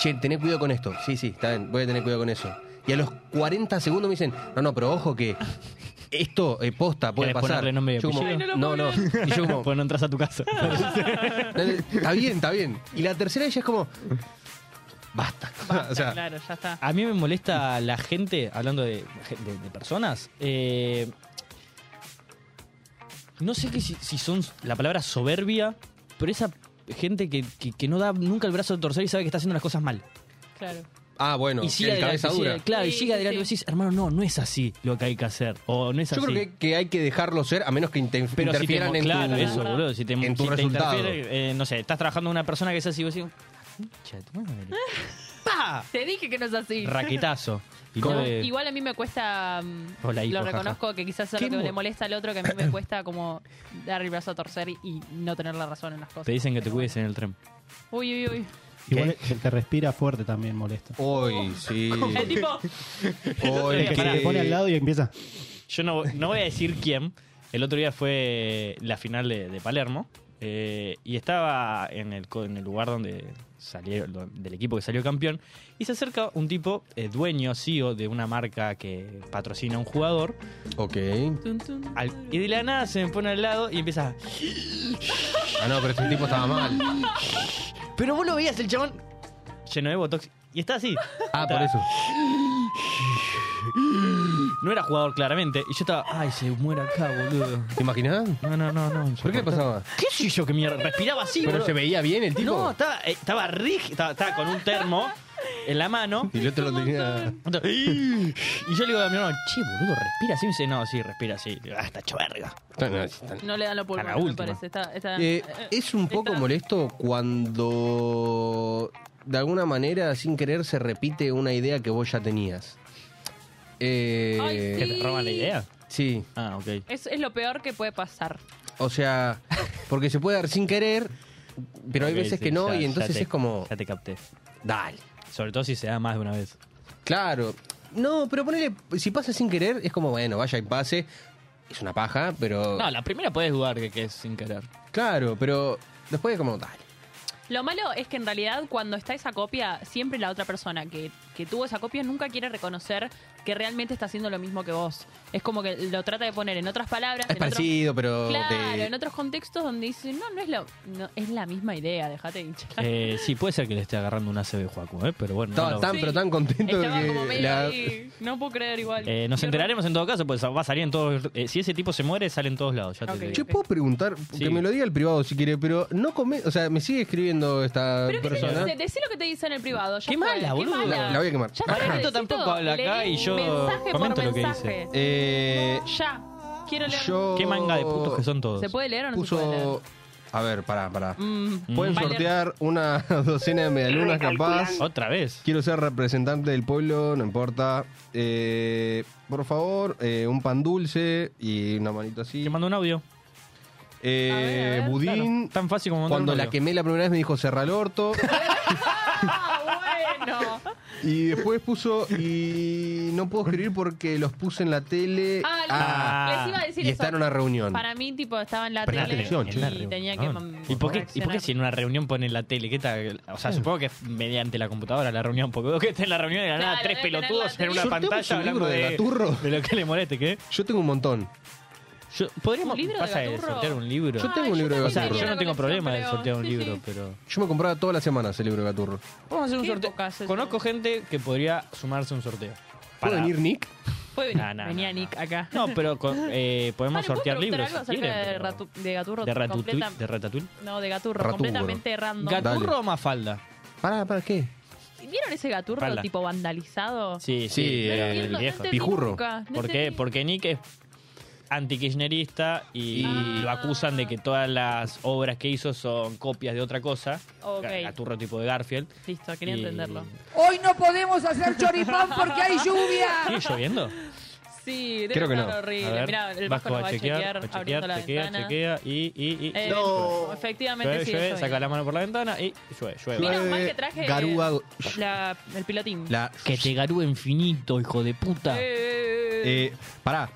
che, tené cuidado con esto. Sí, sí, está bien, voy a tener cuidado con eso. Y a los 40 segundos me dicen, no, no, pero ojo que esto, eh, posta, puede ¿Querés pasar. ponerle nombre y Yo como, apellido? Ay, no no, lo no. puedo Y yo como, Pues no entras a tu casa. está bien, está bien. Y la tercera ella es como, basta. Basta, o sea, claro, ya está. A mí me molesta la gente, hablando de, de- de personas, eh, no sé que si, si son la palabra soberbia, pero esa gente que, que- que no da nunca el brazo de torcer y sabe que está haciendo las cosas mal. Claro. ah, bueno, y sigue el adelante, cabeza sigue dura. adelante, claro, y Sí, sigue sí, adelante y vos sí. decís, hermano, no, no es así lo que hay que hacer. O no es Yo así. creo que, que hay que dejarlo ser a menos que inter- pero si te, interfieran en claro, tu... eso, boludo, si te, en tu si te resultado. interfiere, eh, no sé, estás trabajando con una persona que es así y vos decís, "Concha de tu madre". ah. ¡Pah! Te dije que no es así. Raquetazo. Y Como- no de- Igual a mí me cuesta. mm, Hola, hijo, lo jaja. reconozco que quizás es Qué lo que mo- le molesta al otro, que a mí me cuesta como dar el brazo a torcer y, y no tener la razón en las cosas. Te eh. dicen que te Pero bueno. cuides en el tren. Uy, uy, uy. Igual el que respira fuerte también molesta. Hoy sí. El tipo, Hoy El que se te pone al lado y empieza. Yo no, no voy a decir quién. El otro día fue la final de, de Palermo. eh, y estaba en el, co- en el lugar donde salió, do- del equipo que salió campeón. Y se acerca un tipo, eh, dueño, CEO de una marca que patrocina a un jugador. Ok. tun, tun. al- y de la nada se me pone al lado y empieza. Ah, no, pero este tipo estaba mal. Pero vos lo veías, el chabón lleno de botox. Y está así. Ah, por Está- eso. No era jugador, claramente. Y yo estaba, ay, se muere acá, boludo. ¿Te imaginas? No, no, no, no. ¿Por qué le pasaba? ¿Qué sé yo qué mierda? Respiraba así, ¿Pero boludo. se veía bien el tipo? No, estaba, eh, estaba rígido, estaba, estaba con un termo en la mano. Y el otro lo tenía... Entonces, Y yo le digo a mi hermano, che, boludo, respira así. Me dice, no, sí, respira así. Le digo, Ah, está hecho verga. Está- no, está- No le dan los la pulmones, me última. parece. Está, está- Eh, es un poco está- molesto cuando de alguna manera, sin querer, se repite una idea que vos ya tenías. Eh, Ay, ¿Que te roban la idea? sí. Ah, ok. Es, es lo peor que puede pasar. O sea, porque se puede dar sin querer, pero hay Ok, veces sí, que no, ya- y ya entonces te- es como, Ya te capté. dale. Sobre todo si se da más de una vez. Claro. No, pero ponele, si pasa sin querer, es como, bueno, vaya y pase. Es una paja, pero. No, la primera puedes dudar que, que es sin querer. Claro, pero después es como, dale. Lo malo es que en realidad cuando está esa copia, siempre la otra persona que, que tuvo esa copia nunca quiere reconocer que realmente está haciendo lo mismo que vos. Es como que lo trata de poner en otras palabras. Es en otros- parecido, pero. Claro, te- en otros contextos donde dicen, no, no es, lo, no, es la misma idea, déjate de hinchar. Eh, sí, puede ser que le esté agarrando una CB Juaco, ¿eh? pero bueno. Estaba no lo- tan, Sí. pero tan contento Estaba como que. medio la- ahí, no puedo creer igual. Eh, nos Yo- enteraremos en todo caso, pues va a salir en todos. eh, si ese tipo se muere, sale en todos lados. Ya te Ok. digo. Che, ¿puedo preguntar? Sí. Que me lo diga el privado si quiere, pero no come. O sea, me sigue escribiendo esta Pero qué sé yo, persona. de- decí lo que te dice en el privado. ya Qué fue, mala, boludo. La- la voy a quemar. Ya está, Marianito necesito- tampoco habla acá leí y yo mensaje por comento lo que dice. mensaje. Eh, Ya, quiero leer. yo. Qué manga de putos que son todos. ¿Se puede leer o no se puede leer? Puso. A ver, pará, pará. Mm, Pueden vale. sortear una docena de medialunas, capaz. Otra vez. Quiero ser representante del pueblo, no importa. Eh, por favor, eh, un pan dulce y una manito así. Que manda un audio. Eh, A ver, a ver, budín. Claro, tan fácil como mandar Cuando un la audio. quemé la primera vez me dijo cerra el orto. Ah, bueno. y después puso. Y no puedo escribir porque los puse en la tele. Ah, les- les iba a decir y eso. está en una reunión. Para mí, tipo, estaba en la Presta tele atención, che. y tenía que... mm, ¿Y por, qué, ¿Y por qué reaccionar. si en una reunión ponen la tele? ¿Qué tal? O sea, supongo que es mediante la computadora la reunión, porque veo que está en la reunión y de la nada, Claro, tres debe tener la pelotudos en tele. una ¿Sorteamos pantalla un hablando libro de de, Gaturro? de lo que le moleste, ¿qué? Yo tengo un montón. Yo, podríamos ¿Un libro de pasa de Gaturro? sortear un libro. Yo Ah, tengo un libro de o también sea, Gaturro. tenía yo no la tengo colección, problema de creo. sortear un Sí, libro, sí. pero. Yo me compraba todas las semanas el libro de Gaturro. Vamos a hacer un Qué sorteo. épocas esas. Conozco gente que podría sumarse a un sorteo. ¿Puede Para- venir Nick? Puede venir. No, no, Venía no, no. Nick acá. No, pero con- eh, podemos Vale, ¿puedo sortear preguntar libros. algo si acerca quieren, de, pero- Ratu- de Gaturro? de Ratatouille- completa- de Ratatouille. No, de Gaturro, Raturro. completamente random. ¿Gaturro o Mafalda? ¿Para, para qué? ¿Vieron ese Gaturro Pala. tipo vandalizado? Sí, Sí, sí, eh, el no viejo. entendí. pijurro. ¿Por qué? Porque Nick es anti-kirchnerista y Ah. lo acusan de que todas las obras que hizo son copias de otra cosa. Ok. Gaturro tipo de Garfield. Listo, quería Y- entenderlo. Hoy no podemos hacer choripán porque hay lluvia. ¿Sigue lloviendo? Sí, debe Creo que estar no. A horrible. ver, Mirá, el Vasco va a chequear, va a abriendo chequear, la chequea, ventana. chequea y... y, y- Eh, No. Efectivamente, Llueve, sí. llueve, eso saca viene. la mano por la ventana y llueve, llueve. Menos Llueve, mal que traje Garúa. la- el pilotín. La... Que te garúe infinito, hijo de puta. Eh, Eh, pará.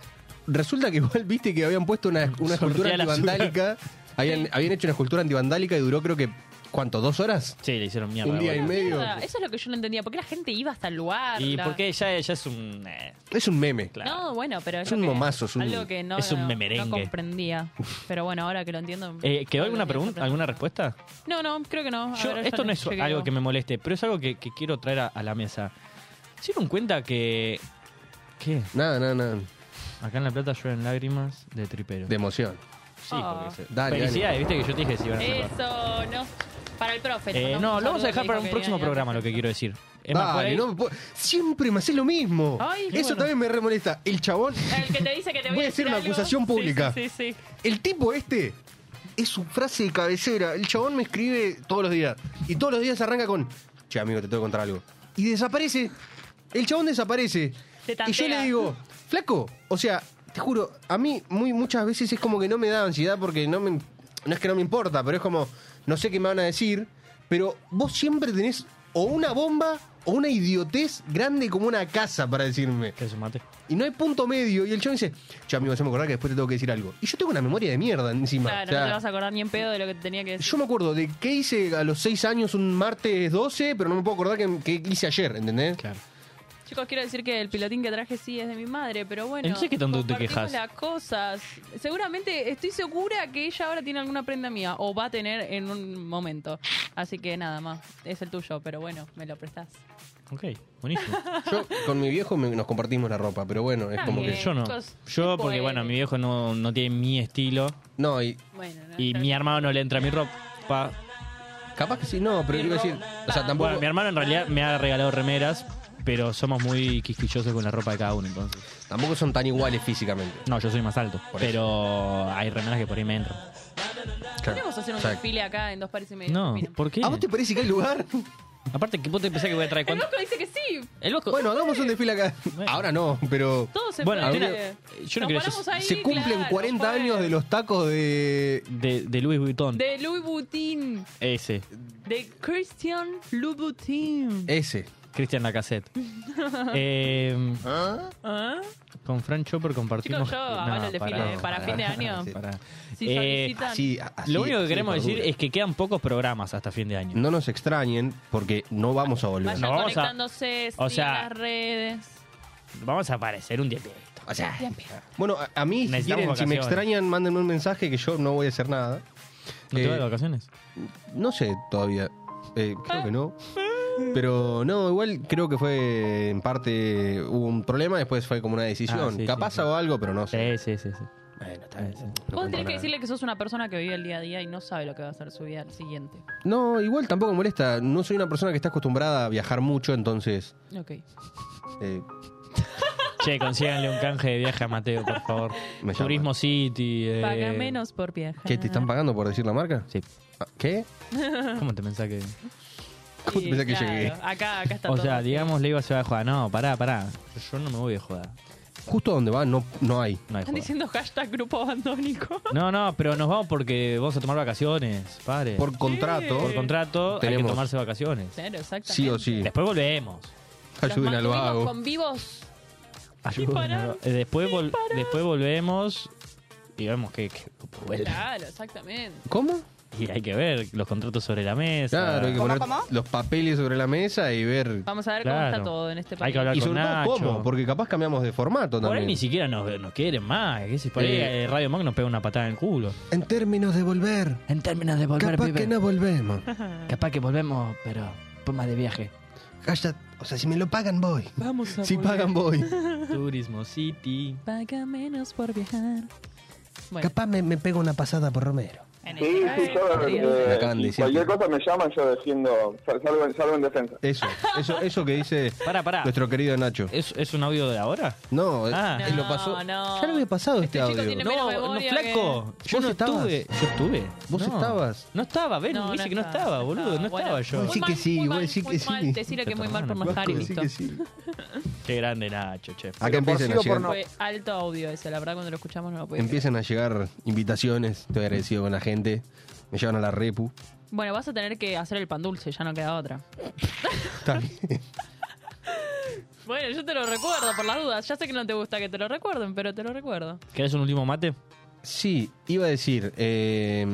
Resulta que igual viste que habían puesto una, una escultura Sortea la antivandálica. Habían, habían hecho una escultura antivandálica y duró creo que... ¿Cuánto? ¿Dos horas? Sí, le hicieron mierda. Un día y bueno. medio. mierda, Eso es lo que yo no entendía. ¿Por qué la gente iba hasta el lugar? Y La- porque ya, ya es un... eh, Es un meme. Ah, No, bueno, pero Es lo un que- momazo, es un- algo que no, es un no- memerengue. no comprendía. Pero bueno, ahora que lo entiendo. Eh, ¿Quedó alguna lo que pregunta, sorprende. alguna respuesta? No, no, creo que no. A Yo, ver, esto yo no es chequeo. algo que me moleste, pero es algo que, que quiero traer a, a la mesa. ¿Se dieron cuenta que... ¿Qué? Nada, nada, nada. Acá en La Plata llueven lágrimas de tripero. De emoción. Sí, Ah. porque se- Dale, Felicidades, viste que yo te dije si iban a salvar. Eso, no. Para el profe. Eh, no, ¿no? lo vamos a Saludos, dejar dijo para un que próximo venía, programa, lo que perfecto. quiero decir. Es más, por Dale, ahí- no me puedo- Siempre me hace lo mismo. Ay, qué Eso bueno. también me remolesta. El chabón, El que te dice que te voy, Voy a hacer una algo. acusación Sí, pública. Sí, sí, sí. el tipo este, es su frase de cabecera. El chabón me escribe todos los días. Y todos los días arranca con, che, amigo, te tengo que contar algo. Y desaparece. El chabón desaparece. Te Y yo tantea. le digo, flaco, o sea, te juro, a mí muy, muchas veces es como que no me da ansiedad porque no me... No es que no me importa, pero es como, no sé qué me van a decir, Pero vos siempre tenés o una bomba o una idiotez grande como una casa para decirme. ¿Querés un mate? Y no hay punto medio. Y el chavo dice, ya amigo, se me acordar que después te tengo que decir algo. Y yo tengo una memoria de mierda encima. O Claro, sea, no te vas a acordar ni en pedo de lo que te tenía que decir. yo me acuerdo de qué hice a los 6 años un martes 12, pero no me puedo acordar qué, qué hice ayer, ¿entendés? Claro. Chicos, quiero decir que el pilotín que traje sí es de mi madre, pero bueno. Entonces, ¿qué tanto te compartimos quejas? las cosas. Seguramente estoy segura que ella ahora tiene alguna prenda mía o va a tener en un momento. Así que nada más, es el tuyo, pero bueno, me lo prestás. Ok, buenísimo. Yo con mi viejo me- nos compartimos la ropa, pero bueno, es Está como bien. que... Yo no. chicos, Yo, porque puede. bueno, mi viejo no, no tiene mi estilo No, y Bueno, no, y está mi bien. hermano no le entra mi ropa. capaz que sí, no, pero iba a decir... O sea, tampoco... Bueno, mi hermano en realidad me ha regalado remeras, pero somos muy quisquillosos con la ropa de cada uno, entonces. Tampoco son tan iguales físicamente. No, yo soy más alto, Por eso. pero hay remeras que por ahí me entran. Podríamos hacer un Exacto. desfile acá en dos pares y medio. No, ¿qué opinan? ¿por qué? ¿A vos te parece que hay lugar? Aparte, que vos te pensás que voy a traer El cuánto? loco dice que sí. El Vasco- Bueno, hagamos un desfile acá. Bueno. Ahora no, pero Todo se Bueno, puede. tiene- yo no Nos quiero paramos decir- ahí, se cumplen claro, 40 fue. años de los tacos de... de, de Louis Vuitton. De Louis Vuitton. Ese, De Christian Louboutin. Eh, Ese. Cristian Lacassette. eh, ¿Ah? con Fran Chopper compartimos. Chicos, yo avalo el desfile, pará, eh, para pará, fin de pará, año. pará. Si Eh, solicitan. Así, a- así- Lo único que así queremos de decir cordura. es que quedan pocos programas hasta fin de año. No nos extrañen porque no vamos a volver. Vayan No, vamos a- conectándose, o o sea- las redes. Vamos a aparecer un día. O sea, bueno, a, a mí, si, Necesitamos quieren, si me vacaciones. extrañan, mándenme un mensaje que yo no voy a hacer nada. ¿No te Eh, vas de vacaciones? No sé todavía. Eh, creo que no. Pero no, igual creo que fue en parte hubo un problema, después fue como una decisión. Ah, sí, Capaz sí, sí. o algo, pero no sé. Sí, sí, sí. sí. Bueno, está bien. Sí, sí. no Vos cuento tenés que nada. decirle que sos una persona que vive el día a día y no sabe lo que va a ser su vida al siguiente. No, igual tampoco me molesta. No soy una persona que está acostumbrada a viajar mucho, entonces. Ok. eh, Che, consíganle un canje de viaje a Mateo, por favor. Me llama. Turismo City. eh. Paga menos por viajar. ¿Qué? ¿Te están pagando por decir la marca? Sí. Ah, ¿Qué? ¿Cómo te pensás que.? ¿Cómo te Sí, pensás que claro. llegué? Acá, acá está O todo. sea, digamos, le iba a llevar a joda. No, pará, pará. Yo no me voy de joda. Justo donde va no, no hay. No hay Están joda. diciendo hashtag grupo abandónico. No, no, pero nos vamos porque vamos a tomar vacaciones, padre. Por contrato, Por contrato hay que Tenemos. tomarse vacaciones. Claro, exactamente. sí o sí. Después volvemos. Los Ayuden al mantuvimos vago. con vivos. Ayúdenme. pará. Eh, Después, vol- después volvemos y vemos que, que- Claro, exactamente. ¿Cómo? Y hay que ver los contratos sobre la mesa. Claro, hay que ¿Cómo, poner cómo? los papeles sobre la mesa y ver. Vamos a ver cómo Claro. está todo en este país. Hay que hablar Y con sobre todo Nacho. cómo, porque capaz cambiamos de formato Por ahí también. ni siquiera nos, nos quieren más. ¿qué sé? Por ahí Eh. eh, Radio Monk nos pega una patada en el culo. En términos de volver. En términos de volver, capaz que no volvemos. Capaz que volvemos, pero más de viaje. Hashtag, o sea, si me lo pagan, voy. Vamos a Si pagan, voy. Turismo City. Paga menos por viajar. Bueno, Capaz me, me pego una pasada por Romero. en Sí, este sí, yo, país, eh, Me acaban de decir cualquier que- cosa me llaman, yo defiendo, sal- salgo, en- salgo en defensa. Eso, eso, eso que dice Pará, pará. nuestro querido Nacho. ¿Es, ¿Es un audio de ahora? No, Ah. eh, lo pasó. No, no. Ya lo había pasado este, Este chico audio. tiene- menos memoria flaco. Yo Vos no estabas. estuve. Yo estuve. Vos No. estabas. No estaba, ven, No, dice no que no estaba, estaba, no boludo. No estaba. estaba Bueno, yo. Vos muy sí mal, que sí, muy vos mal, sí que muy sí. mal. Decirle que muy mal por Vas manejar y Vasco, sí listo. que sí. Qué grande Nacho, che. Acá empiecen sí a o por llegar, no. Fue alto audio ese, la verdad cuando lo escuchamos no lo podía empiezan a llegar invitaciones. Estoy agradecido con la gente. Me llevan a la repu. creer. Bueno, vas a tener que hacer el pan dulce, ya no queda otra. Está bien. Bueno, yo te lo recuerdo por las dudas. Ya sé que no te gusta que te lo recuerden, pero te lo recuerdo. ¿Querés un último mate? Sí, iba a decir. eh,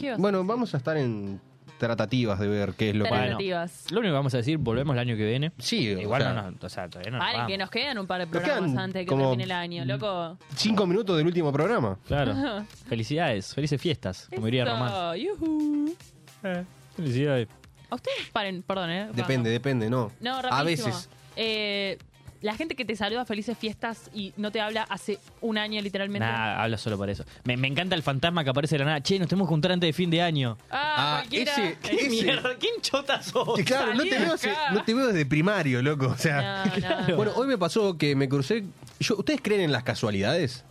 ¿Qué ibas a bueno, decir? vamos a estar en tratativas de ver qué es lo que. Bueno. Alternativas. Lo único que vamos a decir, volvemos el año que viene. Sí, o Igual sea, no, no, o sea, todavía no. nos Paren, vamos. que nos quedan un par de Nos programas quedan antes de que como- mm, termine el año, loco. Cinco minutos del último programa. Claro. Felicidades, felices fiestas, como diría Eso, Román. yujú. Eh, Felicidades. A ustedes, paren, perdón, ¿eh? Depende, depende, no. No, a rapidísimo. veces. Eh, la gente que te saluda felices fiestas y no te habla hace un año literalmente. Nada, hablo solo por eso. Me, me encanta el fantasma que aparece de la nada. Che, nos tenemos que juntar antes de fin de año. Ah, Ah, cualquiera. ese- ¿Qué mierda? ¿Quién chota sos? Sí, claro, no te, Oh, salí veo, de acá. se- no te veo desde primario, loco. O sea. No, no, no. Bueno, hoy me pasó que me crucé. yo- ¿Ustedes creen en las casualidades?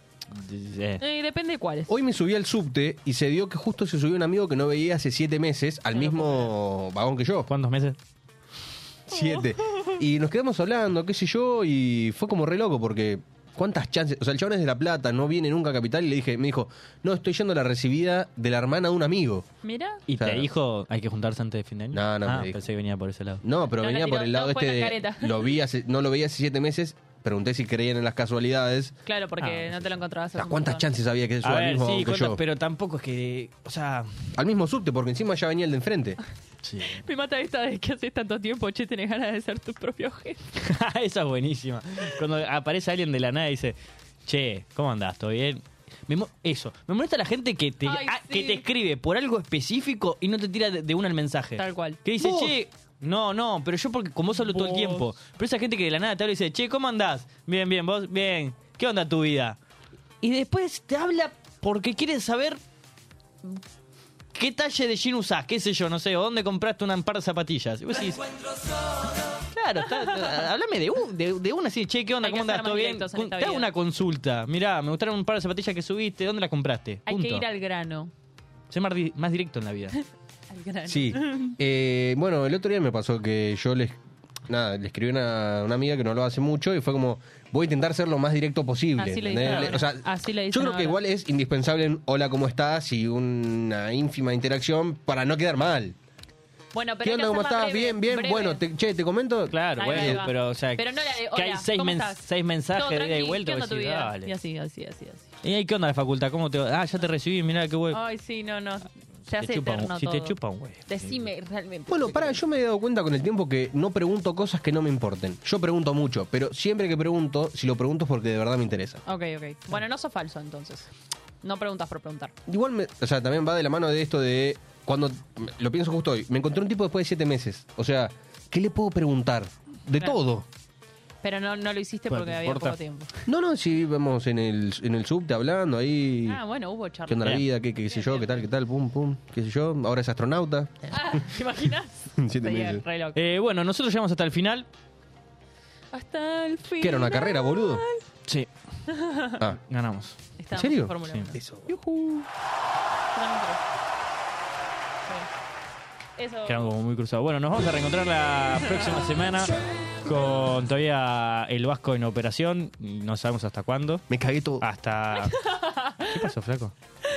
Eh, Eh, depende de cuáles. Hoy me subí al subte y se dio que justo se subió un amigo que no veía hace siete meses al mismo vagón que yo. ¿Cuántos meses? Siete. Y nos quedamos hablando, qué sé yo, y fue como re loco porque ¿Cuántas chances? O sea, el chabón es de La Plata, no viene nunca a Capital y le dije, me dijo, no, estoy yendo a la recibida de la hermana de un amigo. Mira. ¿Y te Claro. dijo hay que juntarse antes de fin de año? No, no me Ah, dijo. pensé que venía por ese lado. No, pero No, la venía tiró, por el no, lado fue este con de, careta. lo vi hace, no lo veía hace siete meses, pregunté si creían en las casualidades. Claro, porque Ah, no te lo encontrabas. hace Ah, un ¿Cuántas montón. chances había que se A suba al ver, mismo sí, auto cuántas- yo? pero tampoco es que. O sea. Al mismo subte, porque encima ya venía el de enfrente. Sí. Me mata esta de que haces tanto tiempo, che, tenés ganas de ser tu propio jefe. Esa es buenísima. Cuando aparece alguien de la nada y dice, che, ¿cómo andás? ¿Todo bien? Me mo- eso, me molesta la gente que te, Ay, ah, sí. que te escribe por algo específico y no te tira de, de una el mensaje. Tal cual. Que dice, Vos. che, no, no, pero yo porque con vos hablo todo el Vos. tiempo. Pero esa gente que de la nada te habla y dice, che, ¿cómo andás? Bien, bien, vos, bien. ¿Qué onda tu vida? Y después te habla porque quiere saber qué talle de jean usás, qué sé yo, no sé, o dónde compraste una par de zapatillas. Y vos decís, Claro, está- está- háblame de, un- de, de una así, che, ¿qué onda? Hay que ¿Cómo ser andás? más ¿Todo bien? directos en Te esta hago vida. una consulta. Mirá, me gustaron un par de zapatillas que subiste. ¿Dónde las compraste? Hay que Punto. ir al grano. Sé más, di- más directo en la vida. Al grano. Sí. Eh, bueno, el otro día me pasó que yo les. Nada, le escribí a una, una amiga que no lo hace mucho y fue como, voy a intentar ser lo más directo posible. Así le ¿entendés? dicen ahora. O sea, Así le dicen yo creo ahora. que igual es indispensable un hola, ¿cómo estás? y una ínfima interacción para no quedar mal. Bueno, pero ¿Qué hay que onda? ¿Cómo hacer más estás? breve, bien, bien. breve. Bueno, te- che, te comento. Claro, Ahí va, ahí bueno, va. pero o sea, Pero no la de, que "Hola, hay seis, ¿cómo mens- estás? seis Todo mensajes de ida y tranqui, vuelta. ¿qué onda vos tu decís, vida? dale. Y así, así, así, así. ¿Y ahí qué onda la facultad? ¿Cómo te va? Ah, ya te recibí, mirá qué huevo. Ay, sí, no, no. Se Si hace te chupa eterno un- si te todo. chupa un huevo. Decime realmente. Bueno, para, yo me he dado cuenta con el tiempo que no pregunto cosas que no me importen. Yo pregunto mucho, pero siempre que pregunto, si lo pregunto es porque de verdad me interesa. Ok, ok. Bueno, no sos falso entonces. No preguntas por preguntar. Igual, me- o sea, también va de la mano de esto de. Cuando. Lo pienso justo hoy. Me encontré un tipo después de siete meses. O sea, ¿qué le puedo preguntar? De Claro. todo. Pero no, no lo hiciste Bueno, porque no había importa. poco tiempo. No, no, si vamos en el, en el subte hablando ahí. Ah, bueno, hubo ¿Qué onda charla. la Bien. vida? ¿Qué, qué, sé yo? ¿Qué tal? ¿Qué tal? Pum, pum. ¿Qué sé yo? Ahora es astronauta. Ah, ¿Te imaginas? Siete Sería meses. re loco. Eh, bueno, nosotros llegamos hasta el final. Hasta el fin. ¿Qué era una carrera, boludo? Sí, Ah. ganamos. ¿En serio? Fórmula Sí. 1. Eso. Eso. Quedaron como muy cruzados. Bueno, nos vamos a reencontrar la próxima semana con todavía el Vasco en operación. No sabemos hasta cuándo. Me cagué todo. Ah. Hasta. ¿Qué pasó, flaco?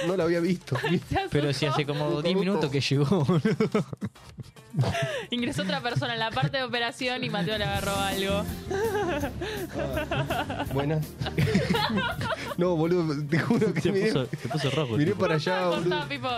No lo había visto. Se asustó. Pero si hace como 10 minutos que llegó. Ingresó otra persona en la parte de operación y Mateo le agarró algo. Buenas. no, boludo, te juro que Se miré, puso, se puso rojo. miré tipo. para allá, boludo. Cortá, Pipo.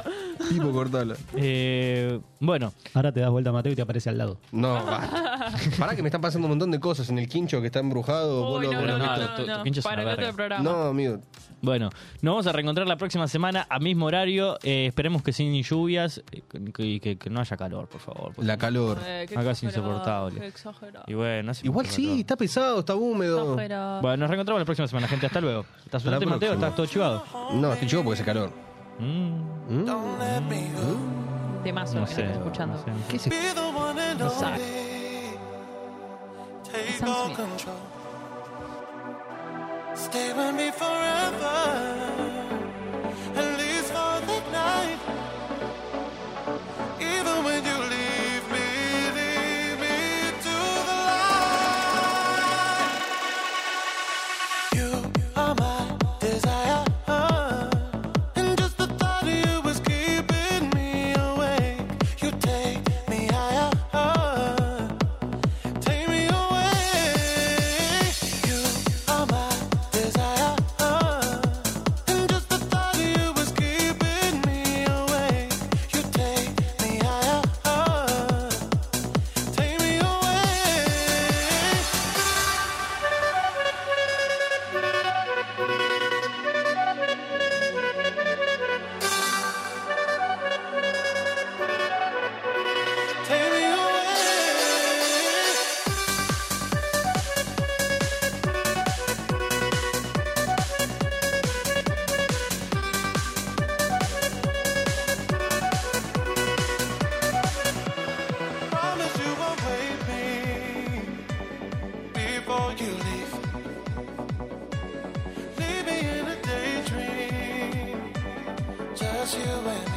Tipo, cortala. Eh, bueno, Ahora te das vuelta a Mateo y te aparece al lado. No, basta. Pará que me están pasando un montón de cosas en el quincho que está embrujado. vos Uy, lo- no, vos no, lo- no, no, tu- tu no, pincho no. es una Para el verga. otro programa. No, amigo. bueno, nos vamos a reencontrar la próxima semana a mismo horario. Eh, esperemos que sin lluvias eh, que, que- que no haya calor, por favor. porque- La calor. Eh, qué Acá es exagerado, insoportable. Qué exagerado. Y bueno, hace Igual mucho sí, calor. está pesado, está húmedo. Exagerado. Bueno, nos reencontramos la próxima semana, gente. Hasta luego. ¿Estás Hasta la sudante, Mateo? próxima. ¿Estás todo chivado? No, estoy yo porque hace calor. Mm, Temazo no que sé. estás escuchando. no sé. No sabe. Sam Smith. Stay with me forever, at least for the night. Even when you leave me, leave me to the light. You are my desire, and just the thought of you is keeping me awake. You take me higher. Take me away. You are my desire, and just the thought of you is keeping me awake. You take me higher. Take me away. Take me away. Promise you won't wait me before you leave. Leave me in a daydream, just you and me.